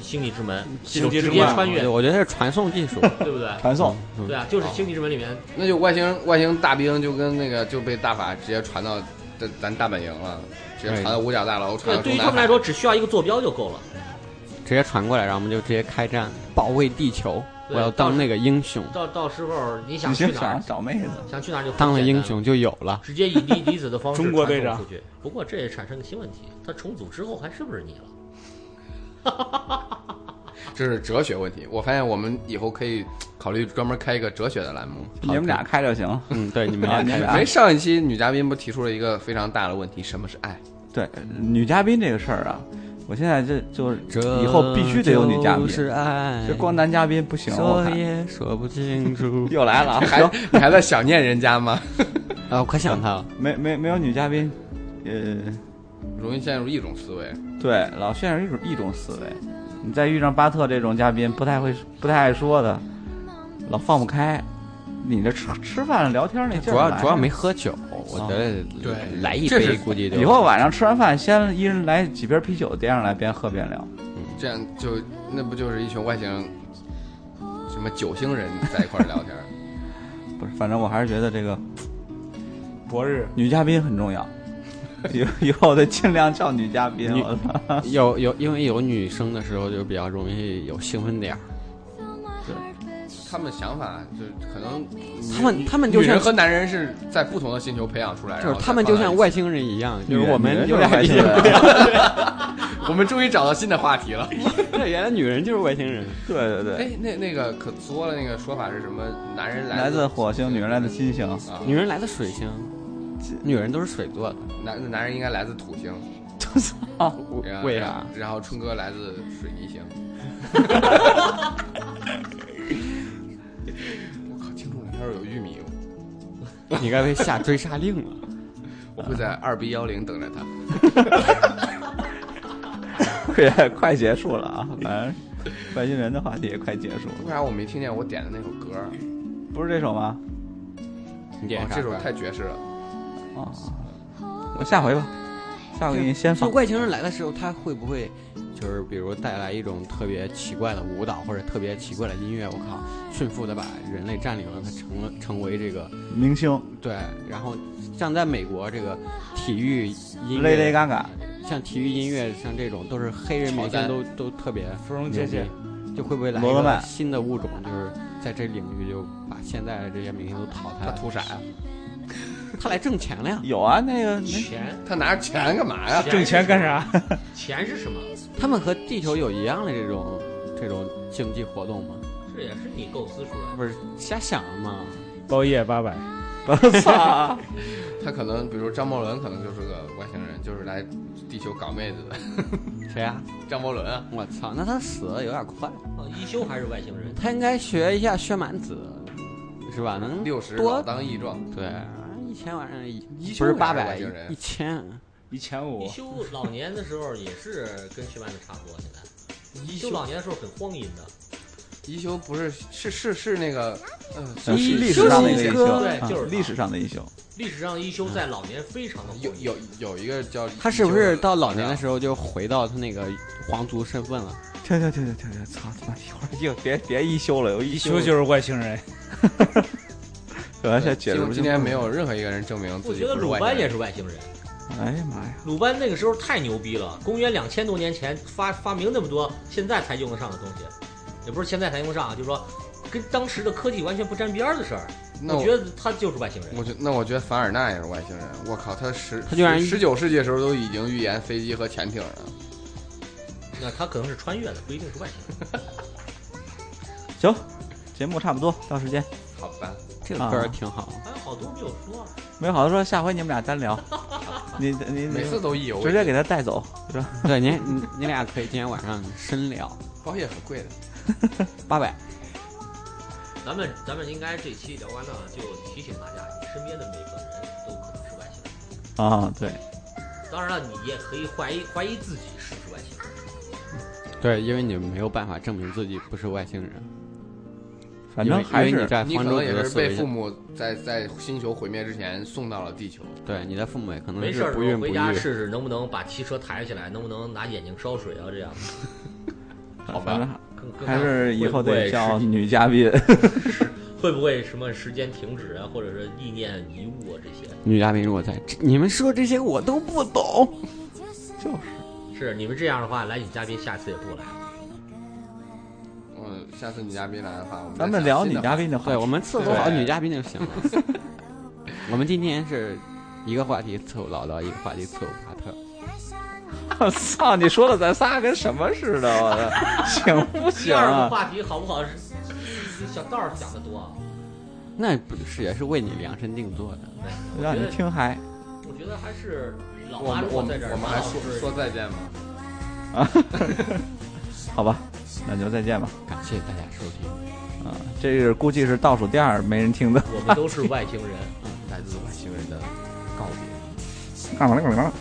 星际之门这种际之直接门穿越对，我觉得是传送技术。对不对？传送啊嗯对啊，就是星际之门里面，那就外星外星大兵就跟那个就被大法直接传到咱咱大本营了，哎直接传到五角大楼，传对到对中于南他们来海说只需要一个坐标就够了。直接传过来，然后我们就直接开战，保卫地球。对我要当那个英雄，到到时候你想你去就哪想儿，找妹子，想去哪儿就很当了简单英，雄就有了。直接以离离子的方式中国传送队长出去。不过这也产生个新问题，它重组之后还是不是你了？这是哲学问题。我发现我们以后可以考虑专门开一个哲学的栏目。你们俩开就行。嗯，对，你们俩啊你开们战俩。哎，上一期女嘉宾不提出了一个非常大的问题，什么是爱？对，女嘉宾这个事儿啊，我现在这就是 以后必须得有女嘉宾，是爱，这光男嘉宾不行。我说看。也说不清楚又来了啊，还你还在想念人家吗？ 啊，我可想他了。没没没有女嘉宾，呃，容易陷入一种思维，对，老陷入一种一种思维。你再遇上巴特这种嘉宾，不太会不太爱说的，老放不开。你这吃吃饭聊天那劲主儿要来主要没喝酒，我觉得哦对来一这是杯估计就以后晚上吃完饭，先一人来几瓶啤酒，边上来边喝边聊。这样就那不就是一群外星人，什么九星人在一块儿聊天儿？不是，反正我还是觉得这个博日，女嘉宾很重要，以以后得尽量叫女嘉宾。女我操有有，因为有女生的时候就比较容易有兴奋点儿。他们想法就可能他们他们女就人像和男人是在不同的星球培养出来，就是然后他们再就放在像一起外星人一样，就女是人我女人们就有是点外星人 我们终于找到新的话题了。对，原来女人就是外星人。对对对，哎，那那个可作了，那个说法是什么？男人来自自火星，女人来自金星。啊，女人来自水星，女人都是水做的。男男人应该来自土星，然后为啥？？然后春哥来自水泥星。我靠，听众里要是有玉米，你该被下追杀令了。我会在二 B 幺零等着他。快 快结束了啊！反正外星人的话题也快结束了，为啥我没听见我点的那首歌？不是这首吗？ 你哦点啥这首歌太爵士了。啊，我下回吧，下回给你先就放。外星人来的时候，他会不会就是比如带来一种特别奇怪的舞蹈或者特别奇怪的音乐？我靠，迅速的把人类占领了，他成了成为这个明星对。然后像在美国这个体育音乐， Lady Gaga，像体育音乐像这种都是黑人明乔丹星都都特别芙嗯蓉牛姐姐逼，就会不会来罗一德个曼新的物种，就是在这领域就把现在的这些明星都淘汰他了？图啥呀？ 他来挣钱了呀！有啊，那个那钱他拿着钱干嘛哎呀？挣钱干啥？钱是什么？他们和地球有一样的这种这种竞技活动吗？这也是你构思出来的。不是瞎想的吗？包夜八百，我操，他可能，比如张伯伦，可能就是个外星人，就是来地球搞妹子的。 谁啊？张伯伦啊，我操，那他死的有点快，哦，一休还是外星人？他应该学一下薛蛮子，是吧？能六十多老当益壮，对，一千晚上一一不是休八还是百外星人一千，一千一五，休老年的时候也是跟徐曼的差不多，现在一休老年的时候很荒淫的，一休不是是是是那个，嗯、嗯是一历史上的一个一休休，对啊就是他历史上的一休。历史上一休在老年非常的荒有淫。有有一个叫他是不是到老年的候？时候就回到他那个皇族身份了？停停停停停停！操他妈一会儿又别别一休了，有一一休就是外星人，本来现在解释今不今天没有任何一个人证明我自己觉不得是鲁外班星也人。是外星人。哎呀妈呀！鲁班那个时候太牛逼了，公元两千多年前发发明那么多现在才用得上的东西，也不是现在才用得上啊，就是说跟当时的科技完全不沾边儿的事儿。那我觉得他就是外星人。我觉那我觉得凡尔纳也是外星人。我靠，他十他居然十九世纪的时候都已经预言飞机和潜艇了。那他可能是穿越的，不一定是外星人。行，节目差不多到时间，好吧，这个歌啊儿挺好，还有好多没有说啊，没好的说下回你们俩单聊。你你嗯每次你都意犹直未接尽。给他带走，是吧？ 对，您你你俩可以今天晚上深聊包夜很贵的，八百。咱们咱们应该这期聊完了，就提醒大家，你身边的每个人都可能是外星人。啊，对，当然了，你也可以怀疑怀疑自己是不是外星人。对，因为你没有办法证明自己不是外星人，反因正为因还为你是在你可方舟能只也是四维被星父母在在星球毁灭之前送到了地球。对你的父母也可能没嗯事是儿，不孕我不回育。家试试能不能把汽车抬起来，能不能拿眼睛烧水啊，这样好反吧，正更更还是以后会不会得是叫女嘉宾。会不会什么时间停止啊，或者是意念遗物啊这些？女嘉宾如果在，这你们说这些我都不懂。是你们这样的话，来女嘉宾下次也不来。嗯，下次女嘉宾来的话，我们咱再们想聊新女的嘉宾的话 对，我题，们伺候好对女嘉宾就行了。 我们今天是一个话题伺候姥姥，一个话题伺候帕特。 我操！你说的咱仨跟什么似的，我的，行不第行二个啊？话题好不好？是小道儿讲的多啊，那不是也是为你量身定做的。我让觉你得听嗨。我觉得还是老我妈如们果我在们这儿，啊我们马还老说师说再见吗？好吧，那就再见吧。感谢大家收听，啊，这是估计是倒数第二没人听的。我们都是外星人。来自外星人的告别。干嘛干嘛干嘛？